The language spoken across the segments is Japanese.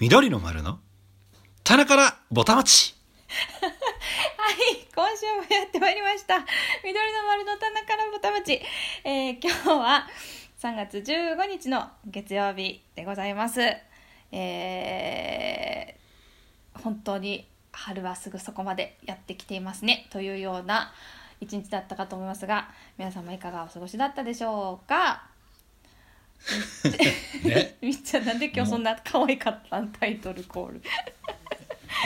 緑の丸の棚からボタマチはい、今週もやってまいりました。緑の丸の棚からぼたまち。えー今日は3月15日の月曜日でございます。えー本当に春はすぐそこまでやってきていますねというような一日だったかと思いますが、皆様いかがお過ごしだったでしょうか。ねみっちゃんなんで今日そんな可愛かったんタイトルコール。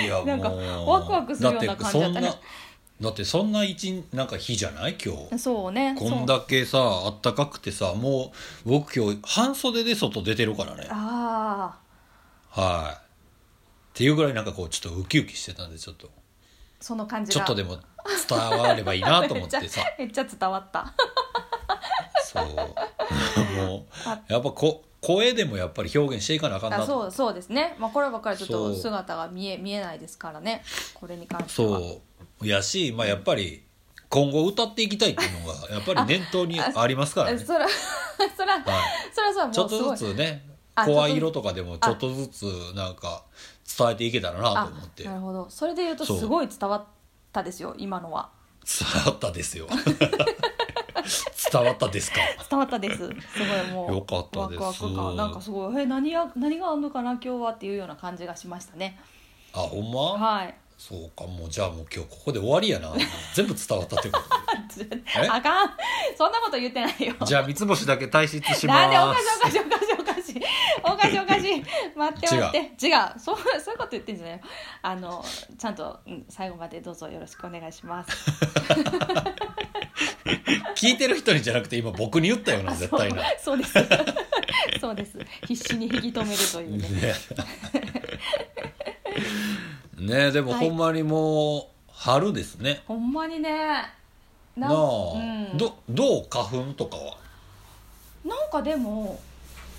いや なんかもうワクワクするような感じだったねだってそんなだってそんな一日なんか日じゃない今日 そうね。こんだけさあったかくてさもう僕今日半袖で外出てるからねそう。ああ。はいっていうぐらいなんかこうちょっとウキウキしてたんでちょっとその感じちょがっとでも伝わればいいなと思ってさ めっちゃめっちゃ伝わったそうもうやっぱこ声でもやっぱり表現していかなあかんなあとそうそうですね、まあ、こればっかりちょっそとう姿が見え見えないですからねこれに関してはそうやし、まあ、やっぱり今後歌っていきたいっていうのがやっぱり念頭にありますからえね、そら そら、はい、そらそらちょもうっすごといずつねあ声色とかでもちょっとずつなんか伝えていけたらなと思ってなるほどそれで言うとそうすごい伝わったですよ今のは伝わったですよ 伝わったですか伝わったですすごいもうよかったですワクワク感なんかすごいえ何や何があんのかな今日はっていうような感じがしましたねあほんまはいそうかもうじゃあもう今日ここで終わりやな全部伝わったってこえあかんそんなこと言ってないよとじゃあ三つ星だけ退出しなんでおまかすしいおかしいおかしいおかしいおかしいおかしい待って待って違うそうそういうこと言ってんじゃないよあのちゃんと、うん最後までどうぞよろしくお願いし ます聞いてる人にじゃなくて今僕に言ったよな絶対な、ね、そうそうです そうです必死に引き止めるという ね ねでもはいほんまにもう春ですね、ほんまにねななあ、うん、どどう花粉とかはなんかでも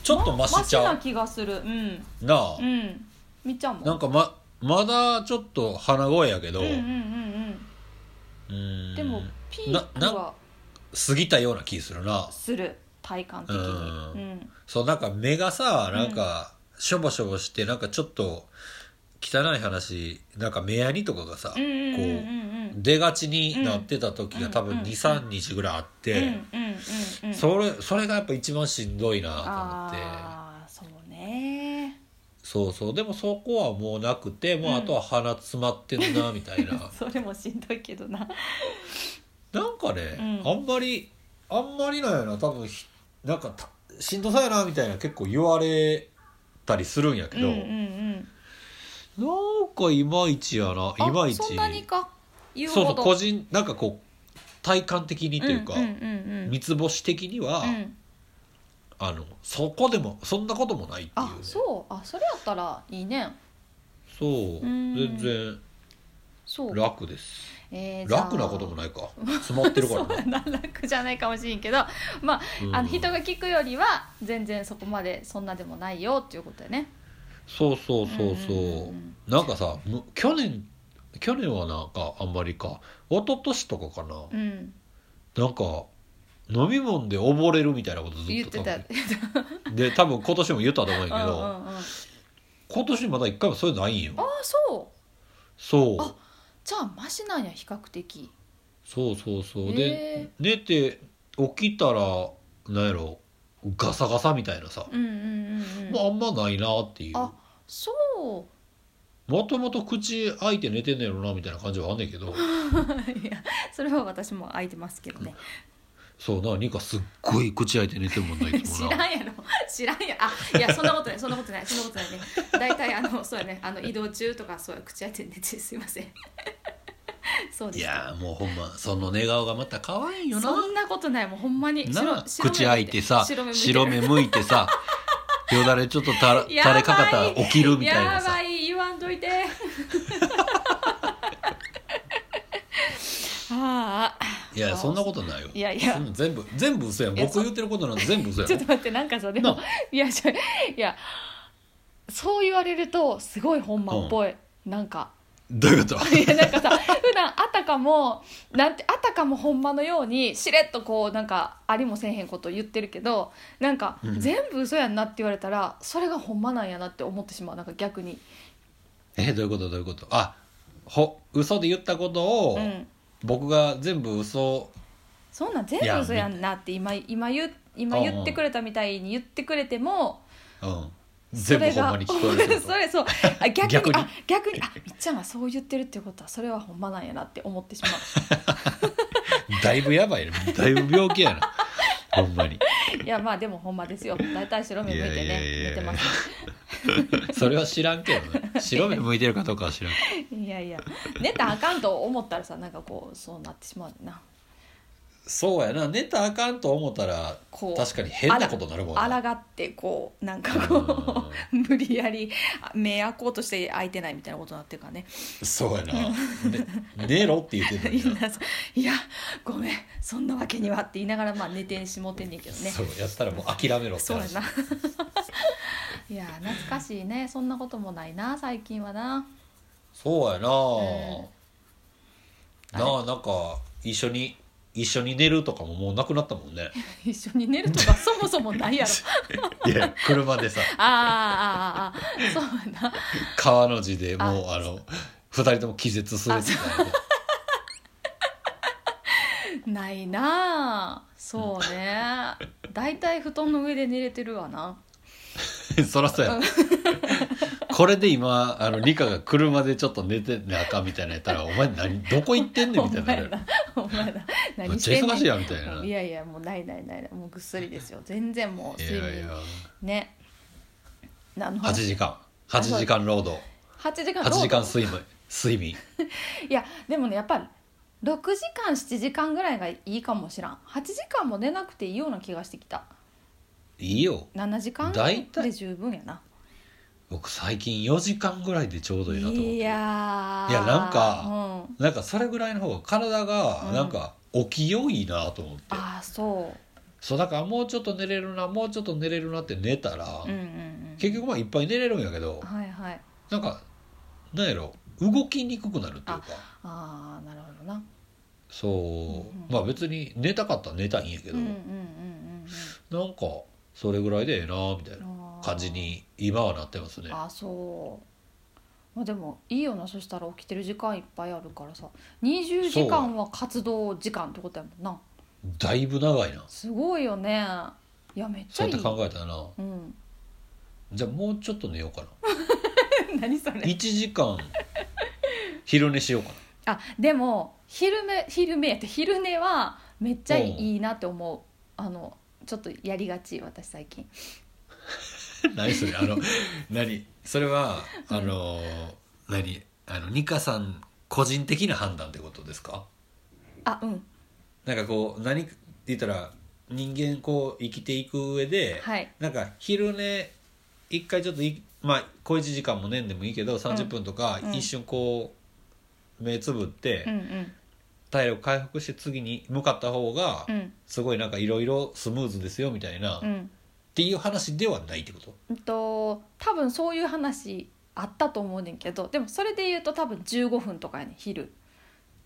ちょっとまマシちゃう、マシな気がするうんなあ、うんみっちゃんもなんかままだちょっと鼻声やけど、うんうんうんううんんでもピークななは過ぎたような気するなする体感的にうんうんそうなんか目がさなんかしょぼしょぼしてなんかちょっと汚い話なんか目やにとかがさ、うんうんうんこうんうんう出がちになってた時が多う分んうんうん23日ぐらいあって、うんうんうんうん、それそれがやっぱ一番しんどいなと思って。ああそうねそうそうでもそこはもうなくてもうあとは鼻詰まってんなみたいな、 それもしんどいけどななんかね、うんあんまりあんまりなんやな多分ひなんかたしんどさやなみたいな結構言われたりするんやけど、うんうんうんなんかいまいちやなあいまいちそんなにか言うそうほそうど個う人なんかこう体感的にというか、んうんうんうん三つ星的には、うんあのそこでもそんなこともないっていう、ねあ、そうあそれやったらいいねそううん全然そう楽ですえーじゃあ楽なこともないか詰まってるからそう なやな楽じゃないかもしれんけど、まあうんあの人が聞くよりは全然そこまでそんなでもないよっていうことやねそうそうそうそう,、うんうんうんうんなんかさむ去年去年はなんかあんまりか一昨年とかかな、うんなんか飲み物で溺れるみたいなことずっと言ってた多分で多分今年も言ったと思うんやけうど、んうんうん、あ今年まだ一回もそういうのないんよあそうそうあじゃあマシなんや比較的そうそうそうへで寝て起きたらなんやろガサガサみたいなさ、うんうんうんうんまあ、あんまないなっていうあそう もともと口開いて寝てんねやろなみたいな感じはあんねんけどいやそれは私も空いてますけどねそうなにかすっごい口開いて寝てもないと 知もらなんやろ知らんやあいやそんなことないそんなことないそんなことないね大体あ のそうやねあの移動中とかそうや口開いて寝て すいませんそういですやーもうほんまその寝顔がまた可愛いよなそんなことないもうほんまになあ白口開いてさ白目向いて白目向いてさよだれちょっとたら垂 やばいれかかったら起きるみたいなやさばい言わんといて ああいやそんなことないよいやいやそんな全部全部嘘やんいや僕言ってることなんて全部嘘やちょっんと待ってなんかさでなもいやちょいやそう言われるとすごい本間っぽい、なんかどういうこと いやなんかさ普普段あたかもなんてあたかもほんまのようにしれっとこうなんかありもせえへんこと言ってるけどなんかうん全部嘘やんなって言われたらそれがほんまなんやなって思ってしまうなんか逆に、えどういうことどういうことあほ嘘で言ったことを、うん、僕が全部嘘そんなん全部嘘やんなって今今言う今言ってくれたみたいに言ってくれてもうんそ全部れほんがまに聞こえるってこと それそうあ逆に逆にあ逆にあみっちゃんがそう言ってるってことはそれはほんまなんやなって思ってしまう だいぶやばいねだいぶ病気やなほんまにいやまあでもほんまですよ大体白目向いていやいやいやいねや寝てます それは知らんけどな白目向いてるかどうかは知らんいやいや寝たらあかんと思ったらさなんかこうそうなってしまうねんなそうやな寝たらあかんと思ったらこう確かに変なことになるもんな抗ってこうなんかこう 無理やり目開こうとして開いてないみたいなことになってるからねそうやな、ね、寝ろって言ってたいんだや いやごめんそんなわけにはって言いながらまあ寝てんしもてんねんけどねそうやったらもう諦めろってそうや話な いや懐かしいねそんなこともないな最近はなそうやな、うんなあなんか一緒に一緒に寝るとかももうなくなったもんね一緒に寝るとかそもそもな いやろいや車でさあーあーあーあーそうやな川の字でもうあの二人とも気絶するみたいなないなあそうね大体布団の上で寝れてるわな そらそうや、これで今あの理科が車でちょっと寝てなあかんみたいなやったら「お前何どこ行ってんねん」おみたい前にならお前らるめっ何しちゃてんね忙しいんやんみたいないいややいやもうないないないないもうぐっすりですよ全然もう睡眠いやね何の8話時間8時間労働8時間8時間労働睡眠睡眠いやでもねやっぱり6時間7時間ぐらいがいいかもしらん8時間も寝なくていいような気がしてきたいいよ7時間大体で十分やな僕最近4時間ぐらいでちょうどいいなと思っていやーいやなんかうん、なんかそれぐらいの方が体うがんなんか起きよいなと思って、ああそそうだからもうちょっと寝れるなもうちょっと寝れるなって寝たら、ううんうんうん結局まあいっぱい寝れるんやけどはいはいなんかなんやろ動きにくくなるっていうかああなるほどなそう、うんうんまあ別に寝たかったら寝たいんやけうど、んうんうんなんかそれぐらいでええなみたいうんうなんあー感じに今はなってますねあーそうまあでもいいよなそしたら起きてる時間いっぱいあるからさ20時間は活動時間ってことやもんなだいぶ長いなすごいよねいやめっちそゃういやいって考えたらなうんじゃあもうちょっと寝ようかな 何それ1時間昼寝しようかな あでも昼寝昼寝やって昼寝はめっちゃいいなって思うあのちょっとやりがち私最近何それあの何それはあの何あのニカさん個人的な判断ってことですかあうんなんかこう何って言ったら人間こう生きていく上で、はいなんか昼寝一回ちょっといまあ小1時間も寝んでもいいけど30分とかうん一瞬こう目つぶってうんうん体力回復して次に向かった方がうんすごいなんかいろいろスムーズですよみたいな、うっんていう話ではないってことうんと多分そういう話あったと思うねんけどでもそれで言うと多分15分とかやねん昼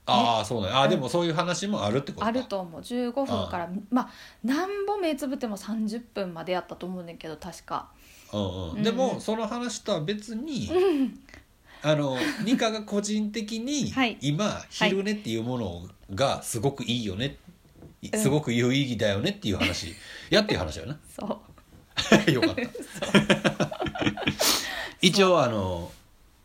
ああそうなんやあーうんでもそういう話もあるってことかあると思う15分からまあ何本目つぶっても30分までやったと思うねんけど確かうんううんん、でもその話とは別 に、うんあのニカが個人的にはい今昼寝っていうものがすごくいいよね、いうんすごく有意義だよねっていう話、 やっていう話よなそうよかった一応あの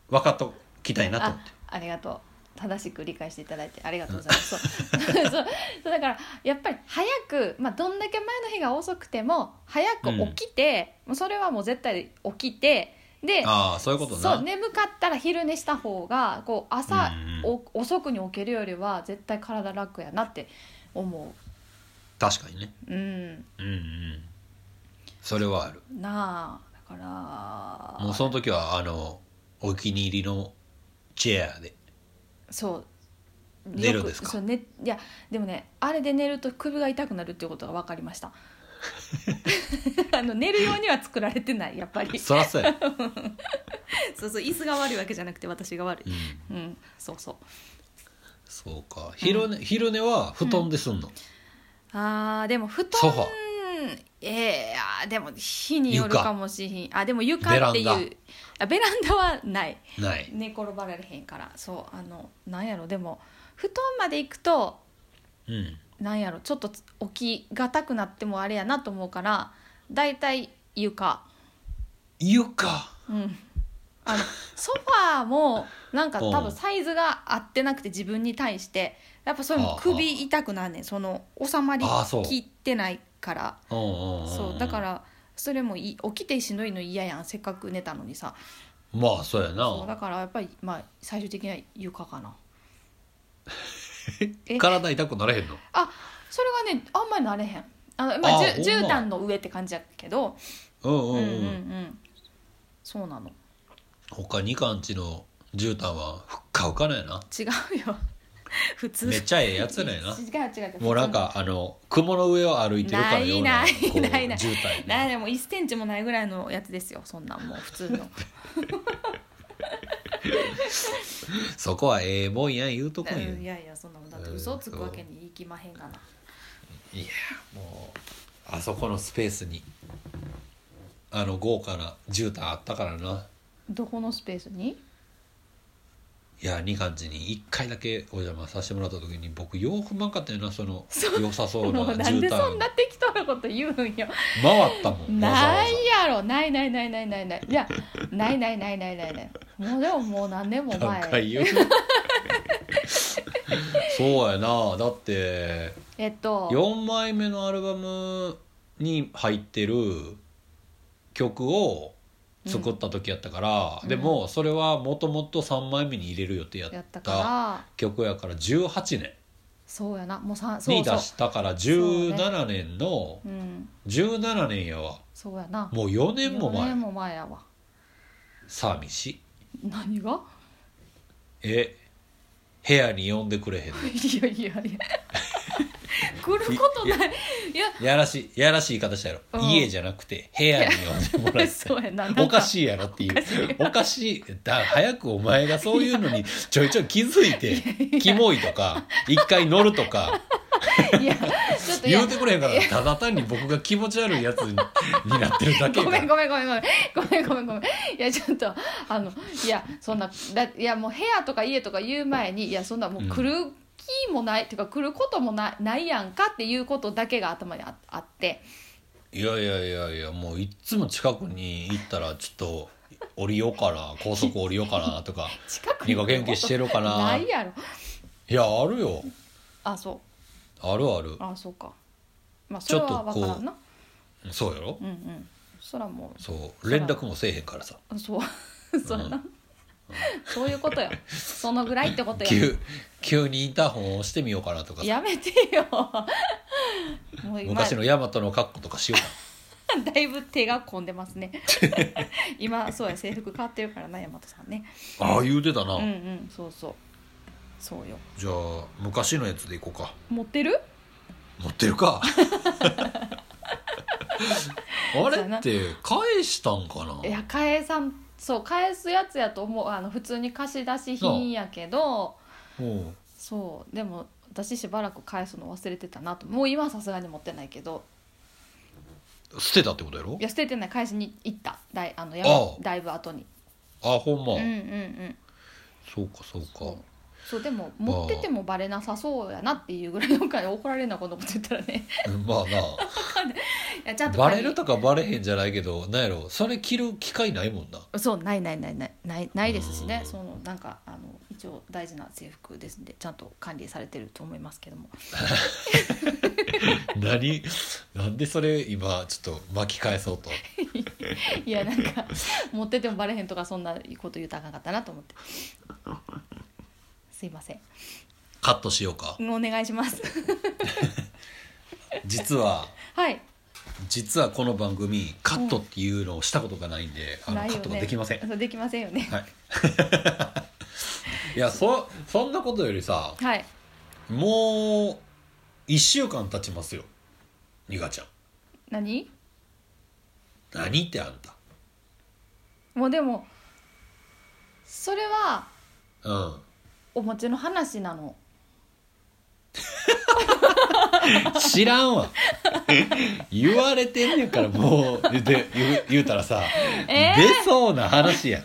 分かっときたいなと思ってあありがとう正しく理解していただいてありがとうご ざいますそうそうそうだからやっぱり早く、まあ、どんだけ前の日が遅くても早く起きて、もうそれはもう絶対起きてでああそういうことなそう眠かったら昼寝した方がこうう朝、んうんお遅くに起きるよりは絶対体楽やなって思確かにねうううんんうんそれはあるなあだからもうその時はあのお気に入りのチェアでそう寝るんよくですかそう、ね、いやでもねあれで寝ると首が痛くなるっていうことが分かりました あの寝るようには作られてないやっぱり そらそう や、そうそう椅子が悪いわけじゃなくて私が悪いうんうんそうそうそうか昼寝,、昼寝は布団ですんの、あーでも布団ソファええあーでも日による床かもしれんあでも床っていベうランあベランダはないない寝転ばれへんからそうあのなんやろでも布団まで行くとうんなんやろちょっと起きがたくなってもあれやなと思うからだいたい床床うんあ のソファーもなんかうん多分サイズが合ってなくて自分に対してやっぱそれはあもはあ首痛くなんねんその収まりああそうきってないからうんうんんんそうだからそれもいい起きてしんどいの嫌やんせっかく寝たのにさまあそうやそうだなからやっぱり、まあ、最終的には床かなえ体痛くなれへんのそれがねあんまりなれへんあの、まあ、あじほんまゅ絨毯の上って感じやけどうんううんんううんん、うんそうなの他にかんちの絨毯はふっかふかなんやな違うよ 普通めっちゃええやつなんやな違う違う違うもうなんかあの雲の上を歩いてるかのようなないなこいうないない渋滞なでも1センチもないぐらいのやつですよそんなんもう普通 のそこはええもんや言うとこんや、うんいいややいやそんなもんだって嘘をつくわけにいきまへんがなもうあそこのスペースにあの豪華な絨毯あったからなどこのスペースにいや二感じに一回だけお邪魔させてもらった時に僕よう不満かったよなその良さそうなもうなん絨でそ毯んな適当なこと言うんよ回ったもんわざわないやろないないないないないないいやないないないないないないもうでももう何年もざ何回前言う そうやなだってえっと4枚目のアルバムに入ってる曲を作った時やったから、うんでもそれはもともと3枚目に入れる予定やっやったたから曲やから18年そうやなもうさそにうそ出うしたからそうね17年のうん17年やわそうやなもう4年も4前年も前やわ寂しい何がえ部屋に呼んでくれへんのいやいやいや来ることないいややらしいやらしい言い方したやろ、うん家じゃなくて部屋に呼んでもらえたそうやななんおかしいやろっていうおかしいだ早くお前がそういうのにちょいちょい気づいてキモいとか一回乗るとかいやちょっといや言うてくれへんからただ単に僕が気持ち悪いやつにになってるだけごやめんかごめんごめんごめんごめんごめんごめんいやちょっとあのいやそんなだいやもう部屋とか家とか言う前にいやそんなもう来る気もない、っていうか来ることもないないやんかっていうことだけが頭にああっていやいやいやいやもういっつも近くに行ったらちょっと降りようかな高速降りようかなとか近く何か元気してるかなないいやろやあるよあそあるあるうあそうかまあそれは分からんなそうやろうんうんそらもそう連絡もせえへんからさうそう そうやな、そういうことよそのぐらいってことや急急にインターホンを押してみようかなとかさやめてよもう今昔のヤマトの格好とかしようかなだいぶ手が込んでますね 今そうや制服変わってるからな大和さんねああ言うてたな、うんうんそうそうそうよじゃあ昔のやつでいこうか持ってる持ってる かあそうやれなって返したんかないや返さんそう返すやつやと思うあの普通に貸し出し品やけどうんそうでも私しばらく返すの忘れてたなともう今はさすがに持ってないけど捨てたってことやろいや捨ててない返しに行っただいあのやああだいぶ後にあほんま、うんうんうんそうかそうそうかそうでも持っててもバレなさそうやなっていうぐらいの回怒られるなこんなこと言ったらね うんまあいやちゃんなとバ借レりるとかバレへんじゃないけどなんやろそれ着る機会ないもんなそうないないないないないないですしねうんそのなんかあの一応大事な制服ですんでちゃんと管理されてると思いますけども 何なんでそれ今ちょっと巻き返そうといやなんか持っててもバレへんとかそんなこと言うたらあかんかったなと思ってすいませんカットしようかお願いします 実ははい実はこの番組カットっていうのをしたことがないんで、あなのいカよットがねできませんそうできませんよねはい。 いやそそんなことよりさはいもう1週間経ちますよニガちゃん何何ってあんたもうでもそれはうんお持ちの話なの知らんわ 言われてんねんからもうでで言う言うたらさ、えー出そうな話やん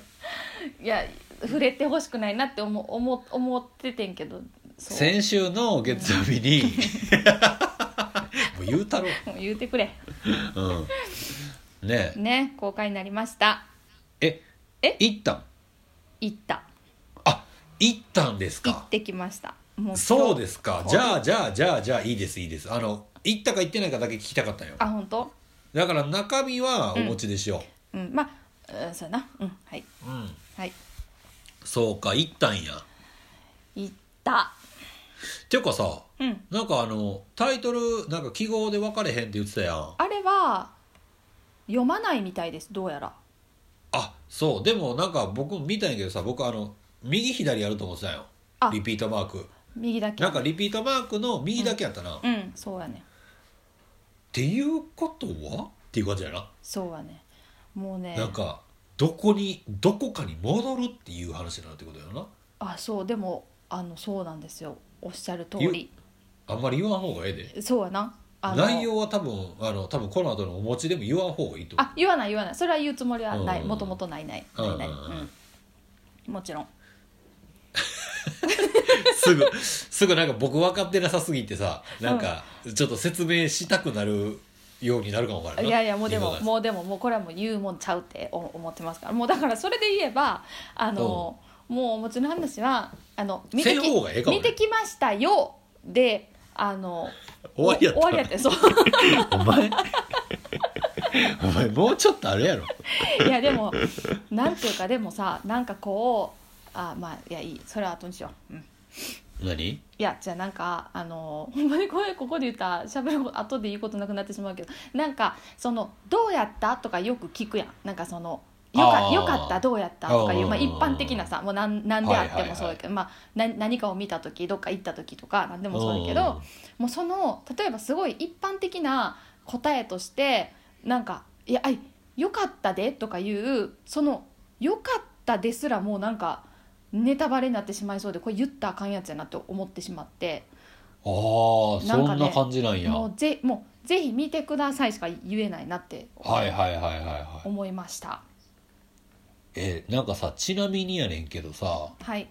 いや触れてほしくないなって思う思う思っててんけどそう先週の月曜日に もう言うたろ、もう言うてくれうん、ねえね公開になりましたええ行ったん行ったあ行ったんです行かってきましたもうそうすですか今日じゃあじゃあじゃあじゃあいいですいいですあの行ったか行ってないかだけ聞きたかったよあ本当だから中身はお持ちでしょうんまあうんそうやなうんはいうん、はいそうか行ったんや行ったていうかさうんなんかあのタイトルなんか記号で分かれへんって言ってたやんあれは読まないみたいですどうやらあそうでもなんか僕見たんやけどさ僕あの右左やると思ってたよあリピートマーク右だけなんかリピートマークの右だけやったな、っうんそうやねていうことはっていう感じやな、そうやねもうねなんかどこにどこかに戻るっていう話になるってことやなあそうでもあのそうなんですよおっしゃる通りあんまり言わん方がええでそうやなあの内容は多分あの多分この後のお持ちでも言わん方がいいと思うあ言わない言わないそれは言うつもりはないうんもともとないないないない、うんうん、もちろん すぐすぐなんか僕分かってなさすぎてさなんかちょっと説明したくなるようになるかもわからんいなやいやもうでも今からもうでももうこれはもう言うもんちゃうってお思ってますからもうだからそれで言えばあのもうお持ちの話はあの見てせん方がええきかもね見てきましたよであの終わりやった終わりやってそうお前お前もうちょっとあれやろいやでもなんていうかでもさなんかこうあまあいやいいそれは後にしよう、うん、い何やじゃあなんかあの ほんまにこれここで言ったらしゃべること後でいいことなくなってしまうけどなんかその「どうやった?」とかよく聞くやんなんかその「よあかーよかったどうやった?」とかいあう、ーまあ、一般的なさもうなんなんであってはいはいはもいそうだけど、まあ、な何かを見た時どっか行った時とか何でもそうだけど、もうその例えばすごい一般的な答えとしてなんか「いやあいよかったで」とかいうその「よかったですら」もうなんかネタバレになってしまいそうでこれ言ったらあかんやつやなと思ってしまってあーなんそかねんな感じなんやもうぜもうぜひ見てくださいしか言えないなってはいはいはいはいはい思いました。えなんかさちなみにやねんけどさはい、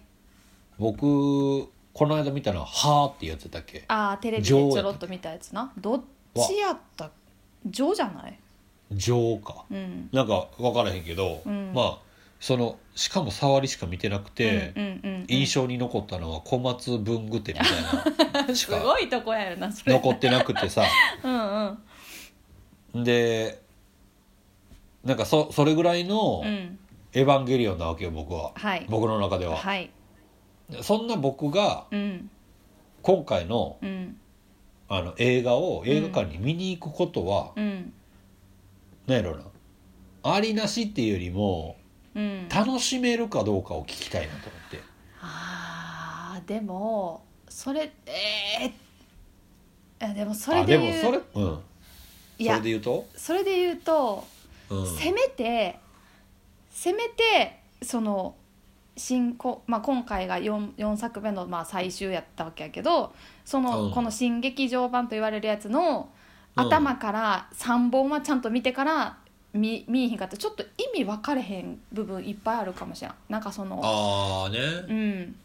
僕この間見たのは「はー」ってやつだっけあーテレビでちょろっと見たやつなどっちやった「ジョ」じゃない「情」かうんなんか分からへんけど、うんまあそのしかも触りしか見てなくて、うんうんうんうん印象に残ったのは小松文具店みた いなしすかごいとこやるなそれ残ってなくてさうんうんでなんかそそれぐらいの「うんエヴァンゲリオン」なわけよ僕は、はい僕の中では、はいそんな僕がうん今回のうんあの映画を映画館に見に行くことは、うんなんやろなありなしっていうよりもうん楽しめるかどうかを聞きたいなと思ってあーでもそれえー、あでもそあれででも言うそれ、うん、いそれやで言うと、それで言うと、うん、せめてせめてその新こ、まあ、今回が 4, 四作目のまあ最終やったわけやけどその、うんこの新劇場版と言われるやつのうん頭から3本はちゃんと見てから見見えへんかったちょっと意味分かれへん部分いっぱいあるかもしれんなんかそのああね、うん、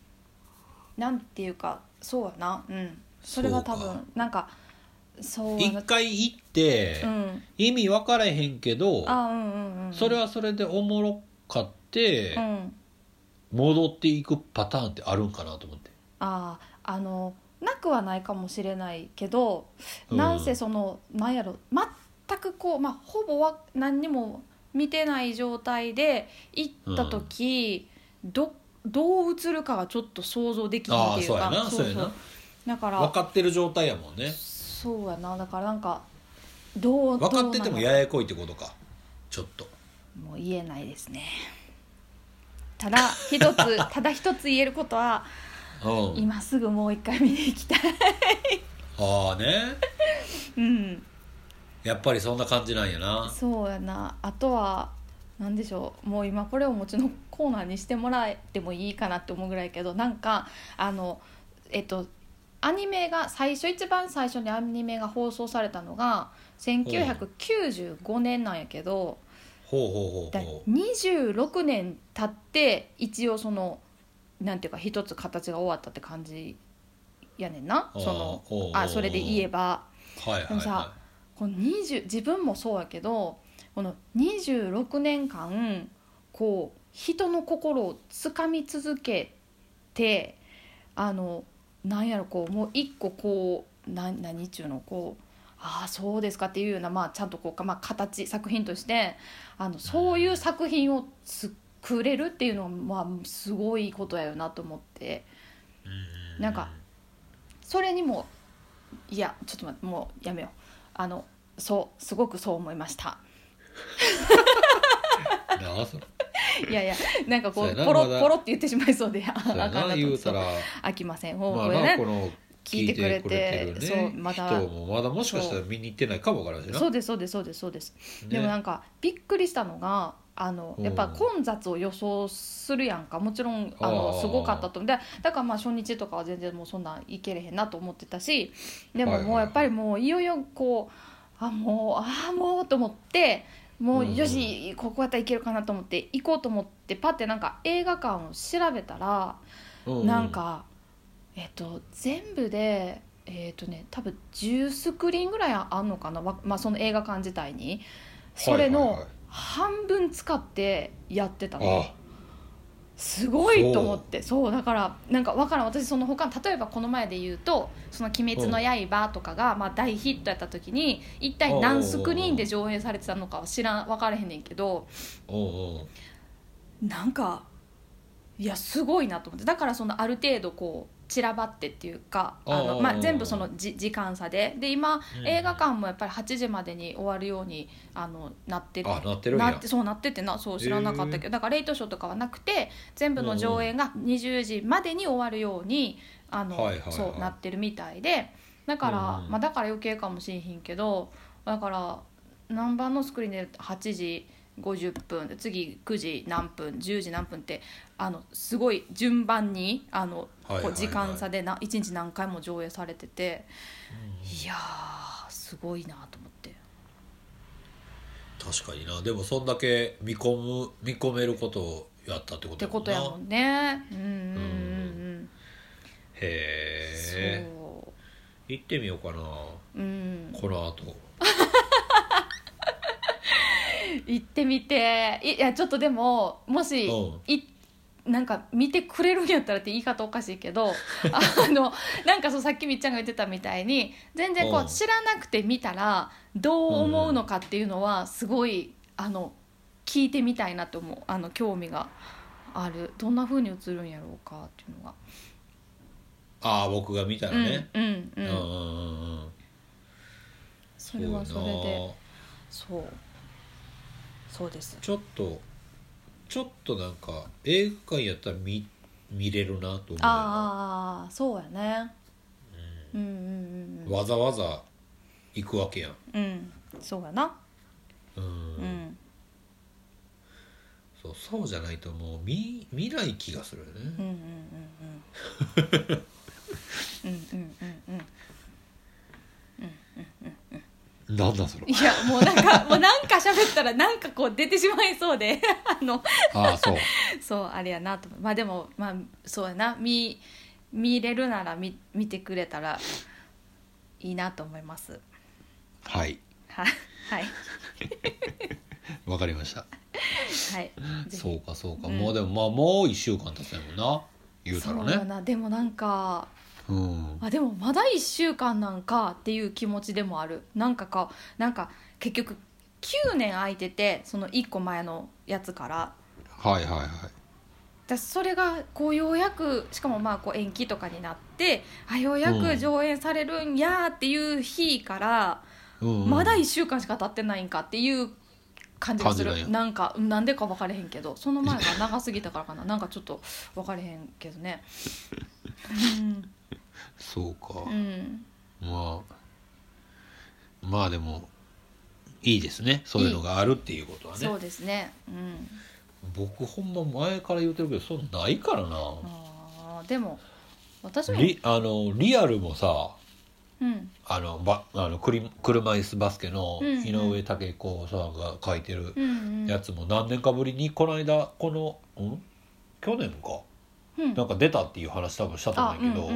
なんていうかそうやな、うん、それは多そうか分なんかそうや一な回行って、うん、意味分からへんけどあうんうんうんそれはそれでおもろかって、うん戻っていくパターンってあるんかなと思ってあああのなくはないかもしれないけど、うんなんせそのなんやろ全くこう、まあ、ほぼは何にも見てない状態で行った時、どどう映るかがちょっと想像できないああっていうそうやかなそうやなだから分かってる状態やもんねそうやなだからなんかどう分かっててもどうなのややこいってことかちょっともう言えないですねただ一つただ一つ言えることはうん今すぐもう一回見に行きたいああねうんやっぱりそんな感じなんやなそうやなあとは何でしょうもう今これをお持ちのコーナーにしてもらってもいいかなって思うぐらいやけどなんかあのえっとアニメが最初一番最初にアニメが放送されたのが1995年なんやけどほうほうだほうほう26年経って一応そのなんていうか一つ形が終わったって感じやねんなそのおうおうおうあそれで言えばはいはいでもさはこの20自分もそうやけどこの26年間こう人の心をつかみ続けてあのなんやろこうもう一個こうな何ちゅうのこうああそうですかっていうような、まあ、ちゃんとこうか、まあ、形作品としてあのそういう作品を作れるっていうのは、まあ、すごいことやよなと思って。いうんうんなんかそれにもいやちょっと待ってもうやめようあのそうすごくそう思いましたなあそいやいやなんかこそううやなポロまだポロって言ってしまいそうで あそうやあかなんな言とうたら飽きませんもうまあこれなこねの聞いてくれて聞いてくれてるねそうまだ人もまだもしかしたら見に行ってないかもわからんしなそうですそうですそうですそうです、ねでもなんかびっくりしたのがあのうんやっぱ混雑を予想するやんかもちろんああのーすごかったと思うでだからまあ初日とかは全然もうそんなん行けれへんなと思ってたしではいはもいもうやっぱりもういよいよこうあもうあーもうと思ってうもんううんよしここやったらいけるかなと思って行こうと思ってパッてなんか映画館を調べたらうなんかえっと全部でえっとね多分10スクリーンぐらいあんのかな、わまあ、その映画館自体にそれはいはいはのい半分使ってやってたの、あすごいと思ってそうだからなんかわからん私その他例えばこの前で言うと「その鬼滅の刃」とかが、まあ、大ヒットやった時に一体何スクリーンで上映されてたのかは知らん分からへんねんけどおうおうなんかいやすごいなと思ってだからそのある程度こう散らばってっていうかおうおあうおの、うまあ、全部そのじ時間差でで今うん映画館もやっぱり8時までに終わるようにあのなってあなってるんやなってそうなっててなそう知らなかったけど、だからレイトショーとかはなくて全部の上映が20時までに終わるようにあの、はいはいはいそうなってるみたいでだから、うんうんまあ、だから余計かもしれへんけどだから何番のスクリーンで8時50分次9時何分10時何分ってあのすごい順番にあの、はいはいはいこう時間差でな1日何回も上映されてて、いやーすごいなと思って。確かになでもそんだけ見込む見込めることをやったってことってやもこんとやなもんね。うんうんうんへうん。えそ行ってみようかなう。うん。この後行ってみて、いいやちょっとでももしうんいなんか見てくれるんやったらって言い方おかしいけ ど、あのなんかそうさっきみっちゃんが言ってたみたいに全然こうんう知らなくて見たらどう思うのかっていうのはすごいあの聞いてみたいなと思う。あの興味がある。どんな風に映るんやろうかっていうのが。ああ僕が見たらねうんうんうんう。んうんうんうんそれはそれそうやでなそうそうですちょっとちょっとなんか映画館やったら見見れるなと思うよなああそうやねうんうんうんわざわざ行くわけやんうんうんそうやなうん、うんそうそうじゃないともう見見ない気がするよね、うんうんうんうんうんうんうんうんなんだそれいやもうなんかもうなんか喋ったらなんかこう出てしまいそうで あのああそうそうあれやなと思うまあでもまあそうやな見見れるなら見見てくれたらいいなと思いますはいははいわかりましたはいぜひそうかそうか、うんもうでもまあもう1週間経つやもんな言うたそうらやねなでもなんかうんあでもまだ1週間なんかっていう気持ちでもあるなんかかなんか結局9年空いててその1個前のやつからはいはいはいだそれがこうようやくしかもまあこう延期とかになってあようやうくん上演されるんやーっていう日から、うんうんまだ1週間しか経ってないんかっていう感じがす感じるなんやなんかうんなんでか分かれへんけどその前が長すぎたからかななんかちょっと分かれへんけど ねそうか、うん、うんまあまあでもいいですねそういうのがあるっていうことはねそうですねうん僕ほんま前から言うてるけどそうないからな、あーでも私もリあのリアルもさうんあのばあのクリ車椅子バスケのうんうん井上武彦さんが書いてるうんうんやつも何年かぶりにこの間このん去年かうんなんか出たっていう話多分したと思あうんうんやうけんど、うんう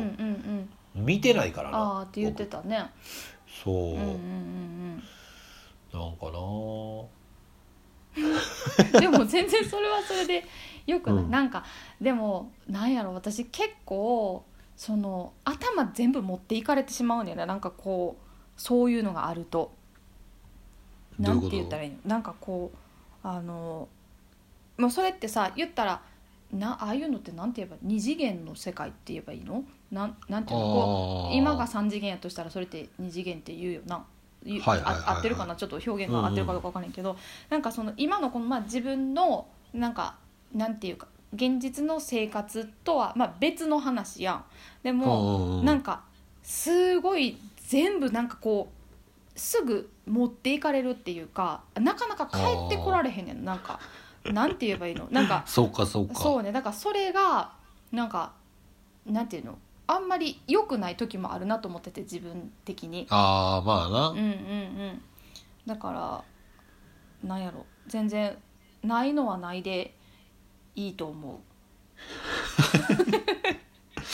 ん見てないからなあーって言ってたね僕そう、うんうんうんなんかなうん でも全然それはそれでよくない、うんなんかでもなんやろ私結構その頭全部持っていかれてしまうんやねなんかこうそういうのがあるとなんて言ったらいいのなんかこうあのもうそれってさ言ったらなああいうのってなんて言えば二次元の世界って言えばいいのなんなんていうのこう今が三次元やとしたらそれって二次元って言うよな。言うはいはいはいはいあ合ってるかなちょっと表現が合ってるかどうかわからないけど、なんかその今のこの、まあ、自分のなんかなんていうか現実の生活とは、まあ、別の話やん。でも、もなんかすごい全部なんかこうすぐ持っていかれるっていうかなかなか帰ってこられへんねんなんかなんて言えばいいのなんかそうかそうかそうねだからそれがなんかなんていうのあんまり良くない時もあるなと思ってて自分的にああまあな、うんうんうんだからなんやろ全然ないのはないでいいと思う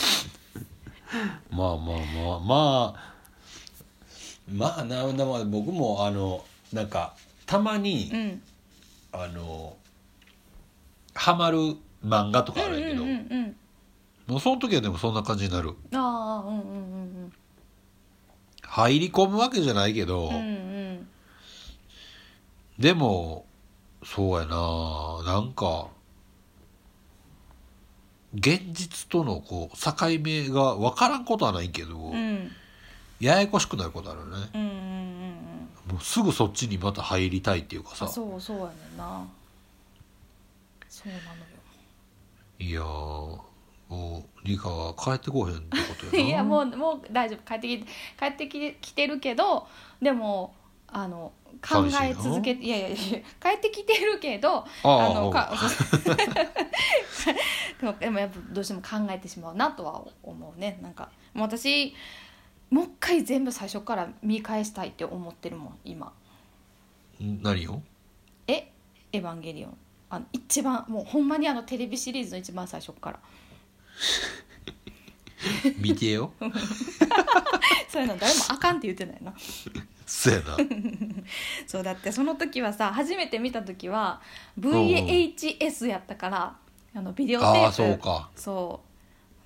まあまあまあまあまあななまあ僕もあのなんかたまに、うんあのハマる漫画とうかあんるうんんやうけど、んうんもうその時はでもそんな感じになるああうんうんうん入り込むわけじゃないけど、うんうんうんでもそうやななんか現実とのこう境目が分からんことはないけど、うんややこしくなることあるねうんうんうんうんもうすぐそっちにまた入りたいっていうかさそうそうやねんなそうなのよいやーもうリカは帰ってこうへんってこと やないやもうもう大丈夫帰ってき帰ってききてるけどでもあの寂考しいえの続けていやいやいや帰ってきてるけどあああのうんか でもでもやっぱどうしても考えてしまうなとは思うねなんかもう私もう一回全部最初から見返したいって思ってるもん今何よえエヴァンゲリオンあの一番もうほんまにあのテレビシリーズの一番最初から 見て よそういうの誰もあかんって言ってないなそうやなそうだってその時はさ初めて見た時はん VHS やったからあのビデオテープああそうかそ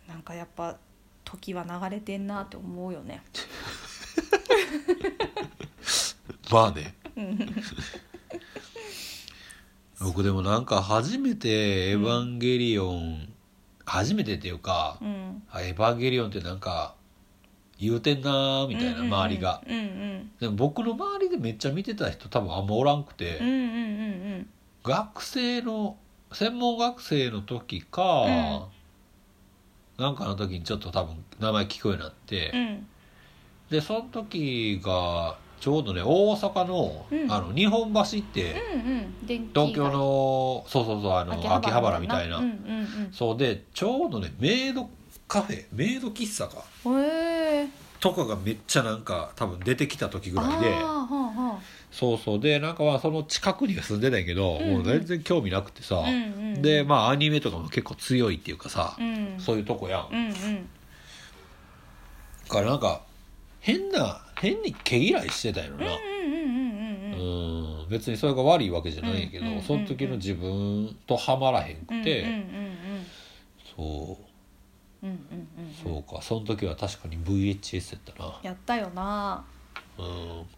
うなんかやっぱ時は流れてんなって思うよ ねまあね僕でもなんか初めて「エヴァンゲリオン」初めてっていうかうん「あエヴァンゲリオン」ってなんか言うてんなーみたいな、うんうんうん周りがうんうんでも僕の周りでめっちゃ見てた人多分あんまおらんくて、うんうんうん学生の専門学生の時か、なんかの時にちょっと多分名前聞くようになって、うんうんでその時がちょうどね大阪の,、うんあの日本橋って、うんうん電気街東京のそうそうそうあの秋葉原みたいな、うんうんそうでちょうどねメイドカフェメイド喫茶かうんへえとかがめっちゃなんか多分出てきた時ぐああらいでーはあはそうそうでなんかまあその近くには住んでないけど、うんうんもう全然興味なくてさ、あうんうんでまあアニメとかも結構強いっていうかさう、んそういうとこやん、うんうんだからなんか変な変に毛嫌いしてたよな、うんうんうんうんうんうん別にそれが悪いわけじゃないんやけど、うんうんうんうんその時の自分とはまらへんうんくて、うんそううんうんうんうんうんうんそうかその時は確かに VHS やったなやったよなうん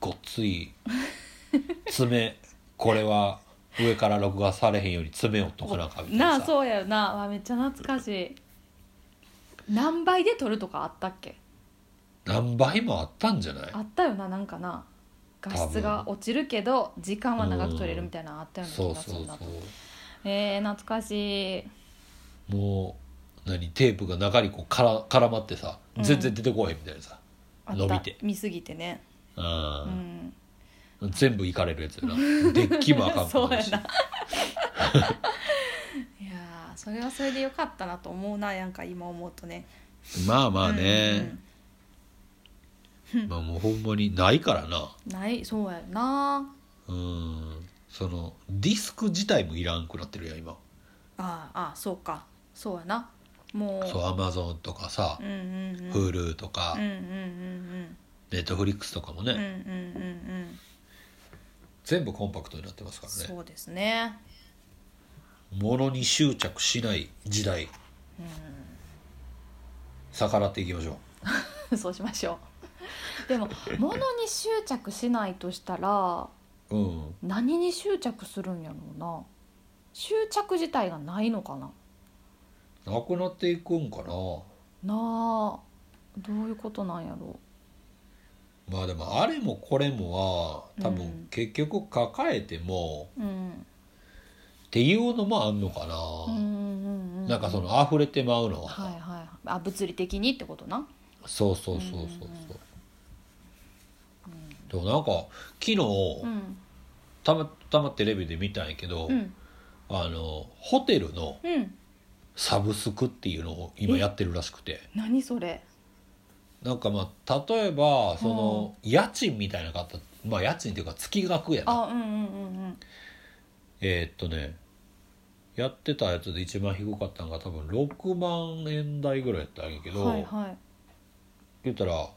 ごっつい 爪これは上から録画されへんように爪をとかなんかみたいななあさそうやよなわめっちゃ懐かしい何倍で撮るとかあったっけ何倍もあったんじゃないあったよななんかな画質が落ちるけど時間は長く撮れるみたいなのあったようなそう気がすそうるそなうえー、懐かしいもう何テープが中にこうから絡まってさうん全然出てこへんみたいなさ、あった伸びて見すぎてねあうーん全部いかれるやつやなデッキもあかんそうやなだいやーそれはそれでよかったなと思うななんか今思うとねまあまあうんうねん、まあもうほんまにないからなないそうやなうんそのディスク自体もいらんくなってるやん今ああああそうかそうやなもうそうアマゾンとかさう、んうんうん Hulu とかうんうんうんネットフリックスとかもね、うんうんうんうんうん全部コンパクトになってますからねそうですねものに執着しない時代逆らっていきましょうそうしましょう。でも物に執着しないとしたらうん何に執着するんやろうな執着自体がないのかななくなっていくんかななあどういうことなんやろまあでもあれもこれもは多うん分結局抱えても、う、うん、っていうのもあんのかうんうんな、うんうんなんかその溢れてまうのは、はいはいはいあ物理的にってことなそうそうそうそうそううんうん、でもなんか昨日うんたまたまテレビで見たんやけど、うんあのホテルのうんサブスクっていうのを今えやってるらしくて何それなんかまあ例えばその家賃みたいな方まあ家賃っていうか月額やなあうんうんうんうんえーっとねやってたやつで一番低かったのが多分6万円台ぐらいやったんやけど、はいはい言ったら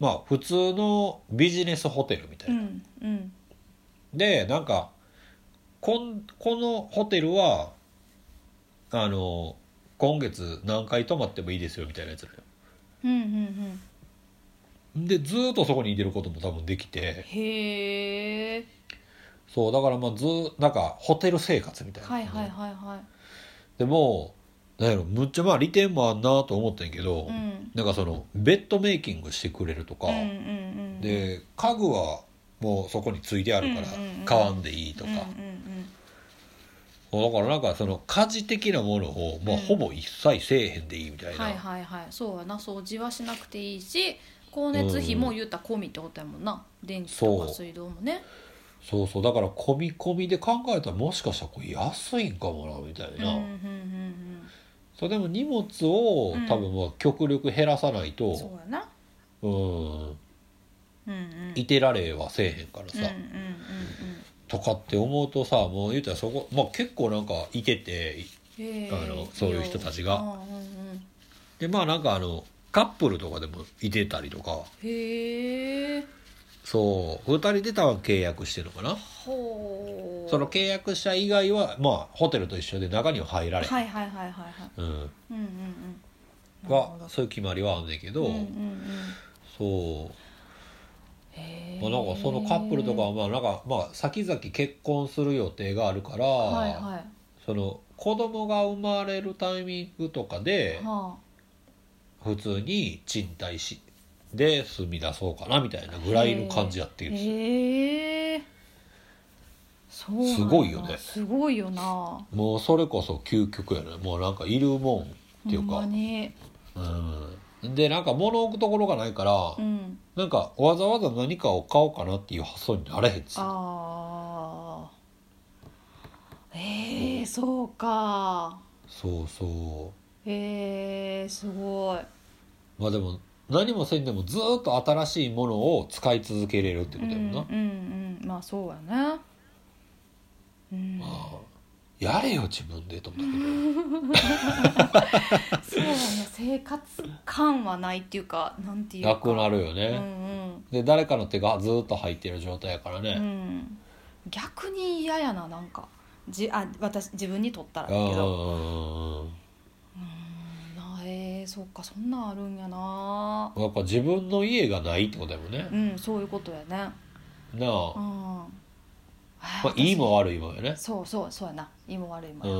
まあ普通のビジネスホテルみたいうな、んうんでなんかこんこのホテルはあの今月何回泊まってもいいですよみたいなやつだようんうんうんでずーっとそこにいてることも多分できてへえそうだからまあずーなんかホテル生活みたいな、はいはいはいはでもなんやろむっちゃまあ利点もあんなと思ったんやけど、いうんなんかそのベッドメイキングしてくれるとか、うんうんうんうんで家具はもうそこについてあるからうんうんうん買わんでいいとか、うんうんそうだからなんかその家事的なものを、まあ、うんほぼ一切せえへんでいいみたういん、な、はいはいはいそうやな掃除はしなくていいし光熱費も言うたら込みってことやもんな電気とかそう水道もねそうそうだから込み込みで考えたらもしかしたらこれ安いんかもなみたいうんうな、んうんそれでも荷物をうん多分まあ極力減らさないうんそと、うやなうん、うんうんいてられはせえへんからうんさ、うんうんとかって思うとさもう言うたらそこ、まあ、結構なんかいててうんへえあのそういう人たちがうんうんうんでまあなんかあのカップルとかでもいてたりとかへえそう2人で多分契約してるのかなほうその契約者以外はまあホテルと一緒で中には入られへん、はいはいはいはいはいうん、うんうんうんなるほどはそういう決まりはあんねんけど、うんうんうんそうへえまあ、なんかそのカップルとかはまあなんかまあ先々結婚する予定があるから、はいはいその子供が生まれるタイミングとかでは普通に賃貸しで住み出そうかなみたいなぐらいの感じやってあるんですよへえそうなんやすごいよねすごいよなもうそれこそ究極やねもうなんかいるもんっていうほんかま、にうん、でなんか物置くところがないから、うんなんかわざわざ何かを買おうかなっていう発想になれへんっすよあーえー、そうかそうそうえー、すごいまあでも何もせんでもずーっと新しいものを使い続けれるってうこんとやもんな、うんうんまあそうやねうんああやれよ自分でと思ったけど、そうやね生活感はないっていうかなんていうかなくなるようんね、で誰かの手がずーっと入ってる状態やからうん、うね、ん、逆に嫌やななんかじあ私自分にとったらうだん、うんけどうんうんなえー、そっかそんなんあるんやなやっぱ自分の家がないってことやもんねう、んそういうことやねなあ、うん、ままあ、いいも悪いもやねそうそうそうやないいも悪いもうや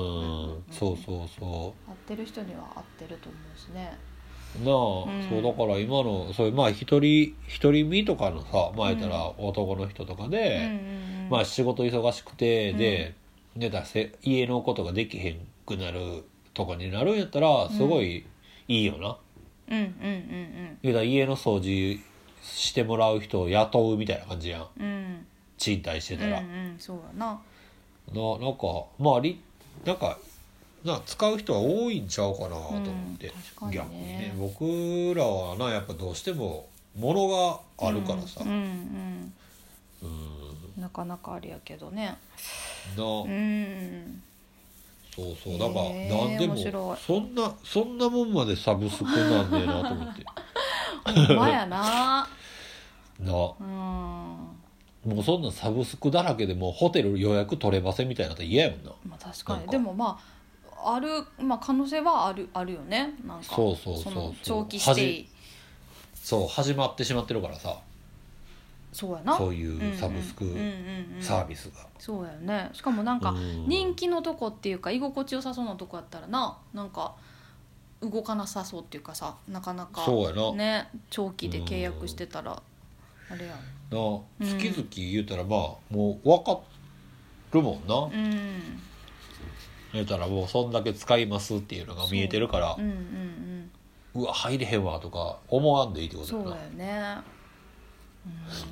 ん、そううそうそ合ってる人には合ってると思うしねうなあ、うんそうだから今のそういうまあ一人一人身とかのさまあ言ったら男の人とかで、うんうんまあ、仕事忙しくてで、でだせ家のことができへんくなるとかになるんやったらすごいいいよな、うんうんうん言うたら家の掃除してもらう人を雇うみたいな感じやんうんうん賃貸してうたんら、うんそうやなななんかまありなんかな使う人は多いんちゃうかなと思って、うん確かにね逆にね僕らはなやっぱどうしても物があるからさ、うんうんうんうんなかなかあれやけどねうな、んそうそうだからへえ何で面白もいそんなそんなもんまでサブスクなんねえなと思 ってほんまやななもうんうそんなサブスクだらけでもうホテル予約取れませんみたいなのって嫌やもんなまあ確かなにんかでもまああるまあ可能性はあるあるよねなんかそうそうそうそうの長期してそう始まってしまってるからさそうやなそういうサブスクサービビスが。そうやよねしかもなんかうん人気のとこっていうか居心地よさそうなとこやったらななんか動かなさそうっていうかさなかなかそうやな,、ね長期で契約してたらあれやなうん月々言うたらまあもう分かるもんな、うんうん言うたらもうそんだけ使いますっていうのが見えてるからうんうんうわ入れへんわとか思わんでいいってことそだうやなよね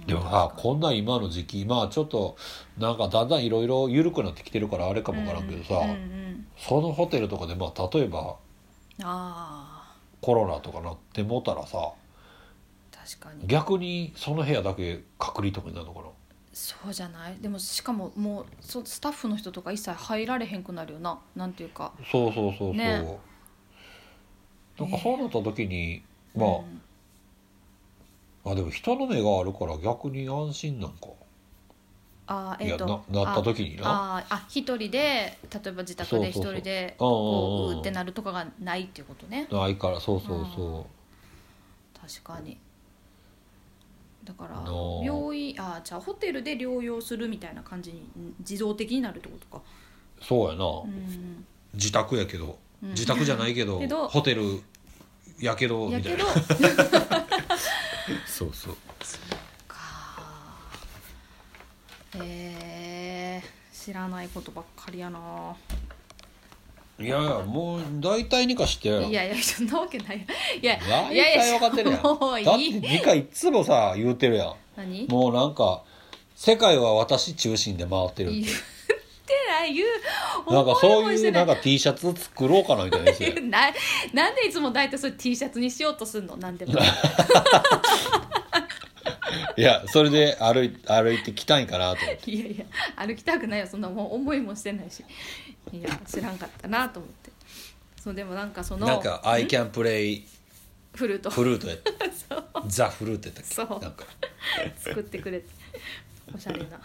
うんでもさこんな今の時期まあちょっとなんかだんだんいろいろ緩くなってきてるからあれかもわからんけどさ、うんうんうんそのホテルとかでまあ例えばあコロナとかなってもたらさー確かに逆にその部屋だけ隔離とかになるのかなそうじゃないでもしかももうそスタッフの人とか一切入られへんくなるよななんていうかそうそうそうそう、ねなんかそうなった時に、まあ、うんあでも人の目があるから逆に安心なんか、あーいえやっとななった時になああーあ一人で例えば自宅で一人でそうそうそううんうんうんこううーってなるとかがないっていうことねないからそうそうそ確かにだからのー病院あーじゃあホテルで療養するみたいな感じにん自動的になるってことか、うそうやな、うん自宅やけどうん自宅じゃないけど,、 けどホテルやけどやみたけいど なそうそうかえー、知らないことばっかりやないやいやもう大体にかしてやいやいやそんなわけないいや大いやい体や分かってるやんもういいだって2回いつもさ言うてるやん何もうなんか世界は私中心で回ってる言ってない言うなんか思そうもしいてうなないんか T シャツ作ろうかなみたいなやつや ななんでいつも大体そういう T シャツにしようとするのなんでもいやそれで歩い歩いてきたいかなと思っていやいや歩きたくないよそんなもう思いもしてないしいや知らんかったなと思ってそうでもなんかそのなんか「I can play フルートフ ルート」やったザ・フルートやったっけそうなんか作ってくれておしゃれな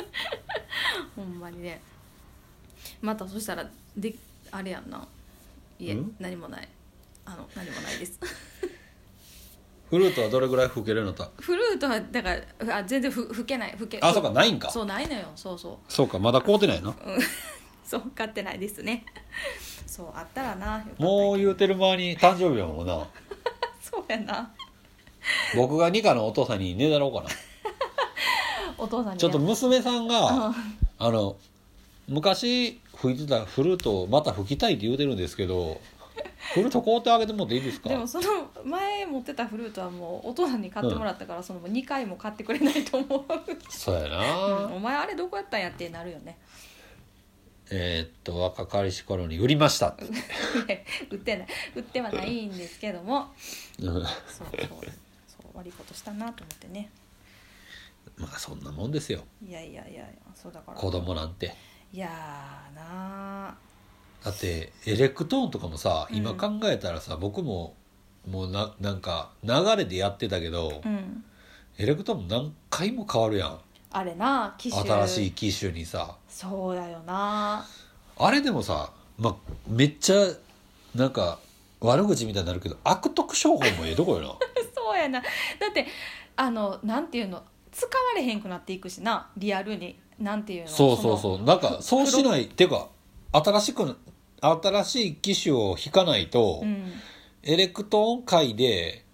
ほんまにねまたそしたらであれやんないえん何もないあの何もないです フルートはどれぐらい吹けるようになっフルートはだからあ全然ふ吹けない吹けたあそうかないんかそうないのよそうそうそうかまだ買うてないなそう買ってないですね そうあったらなよかったけどもう言うてる間に誕生日やもんなそうやな僕がニカのお父さんにねだろうかなお父さんにねちょっと娘さんうがんあの昔吹いてたフルートをまた吹きたいって言うてるんですけどフルート買うてあげてもらっていいですかでもその前持ってたフルートはもうお父さんに買ってもらったから、その2回も買ってくれないと思う、そうやうな、 んお前あれどこやったんやってなるよねえーっと若かりし頃に売りましたって 売ってない売ってはないんですけどもうんそうそうそう悪いことしたなと思ってねまあそんなもんですよいやいやいやいやそうだから子供なんていやーなあだってエレクトーンとかもさうん今考えたらさ、僕ももうななんか流れでやってたけど、うんエレクトーンも何回も変わるやんあれな機種新しい機種にさそうだよな あれでもさ、まあ、めっちゃなんか悪口みたいになるけど悪徳商法もええとこ よそうやなだってあのなんていうの使われへんくなっていくしなリアルになんていうのなそうそううそうなんかそうしないっていうか新しく新しい機種を引かないと、うん、エレクトーン界で、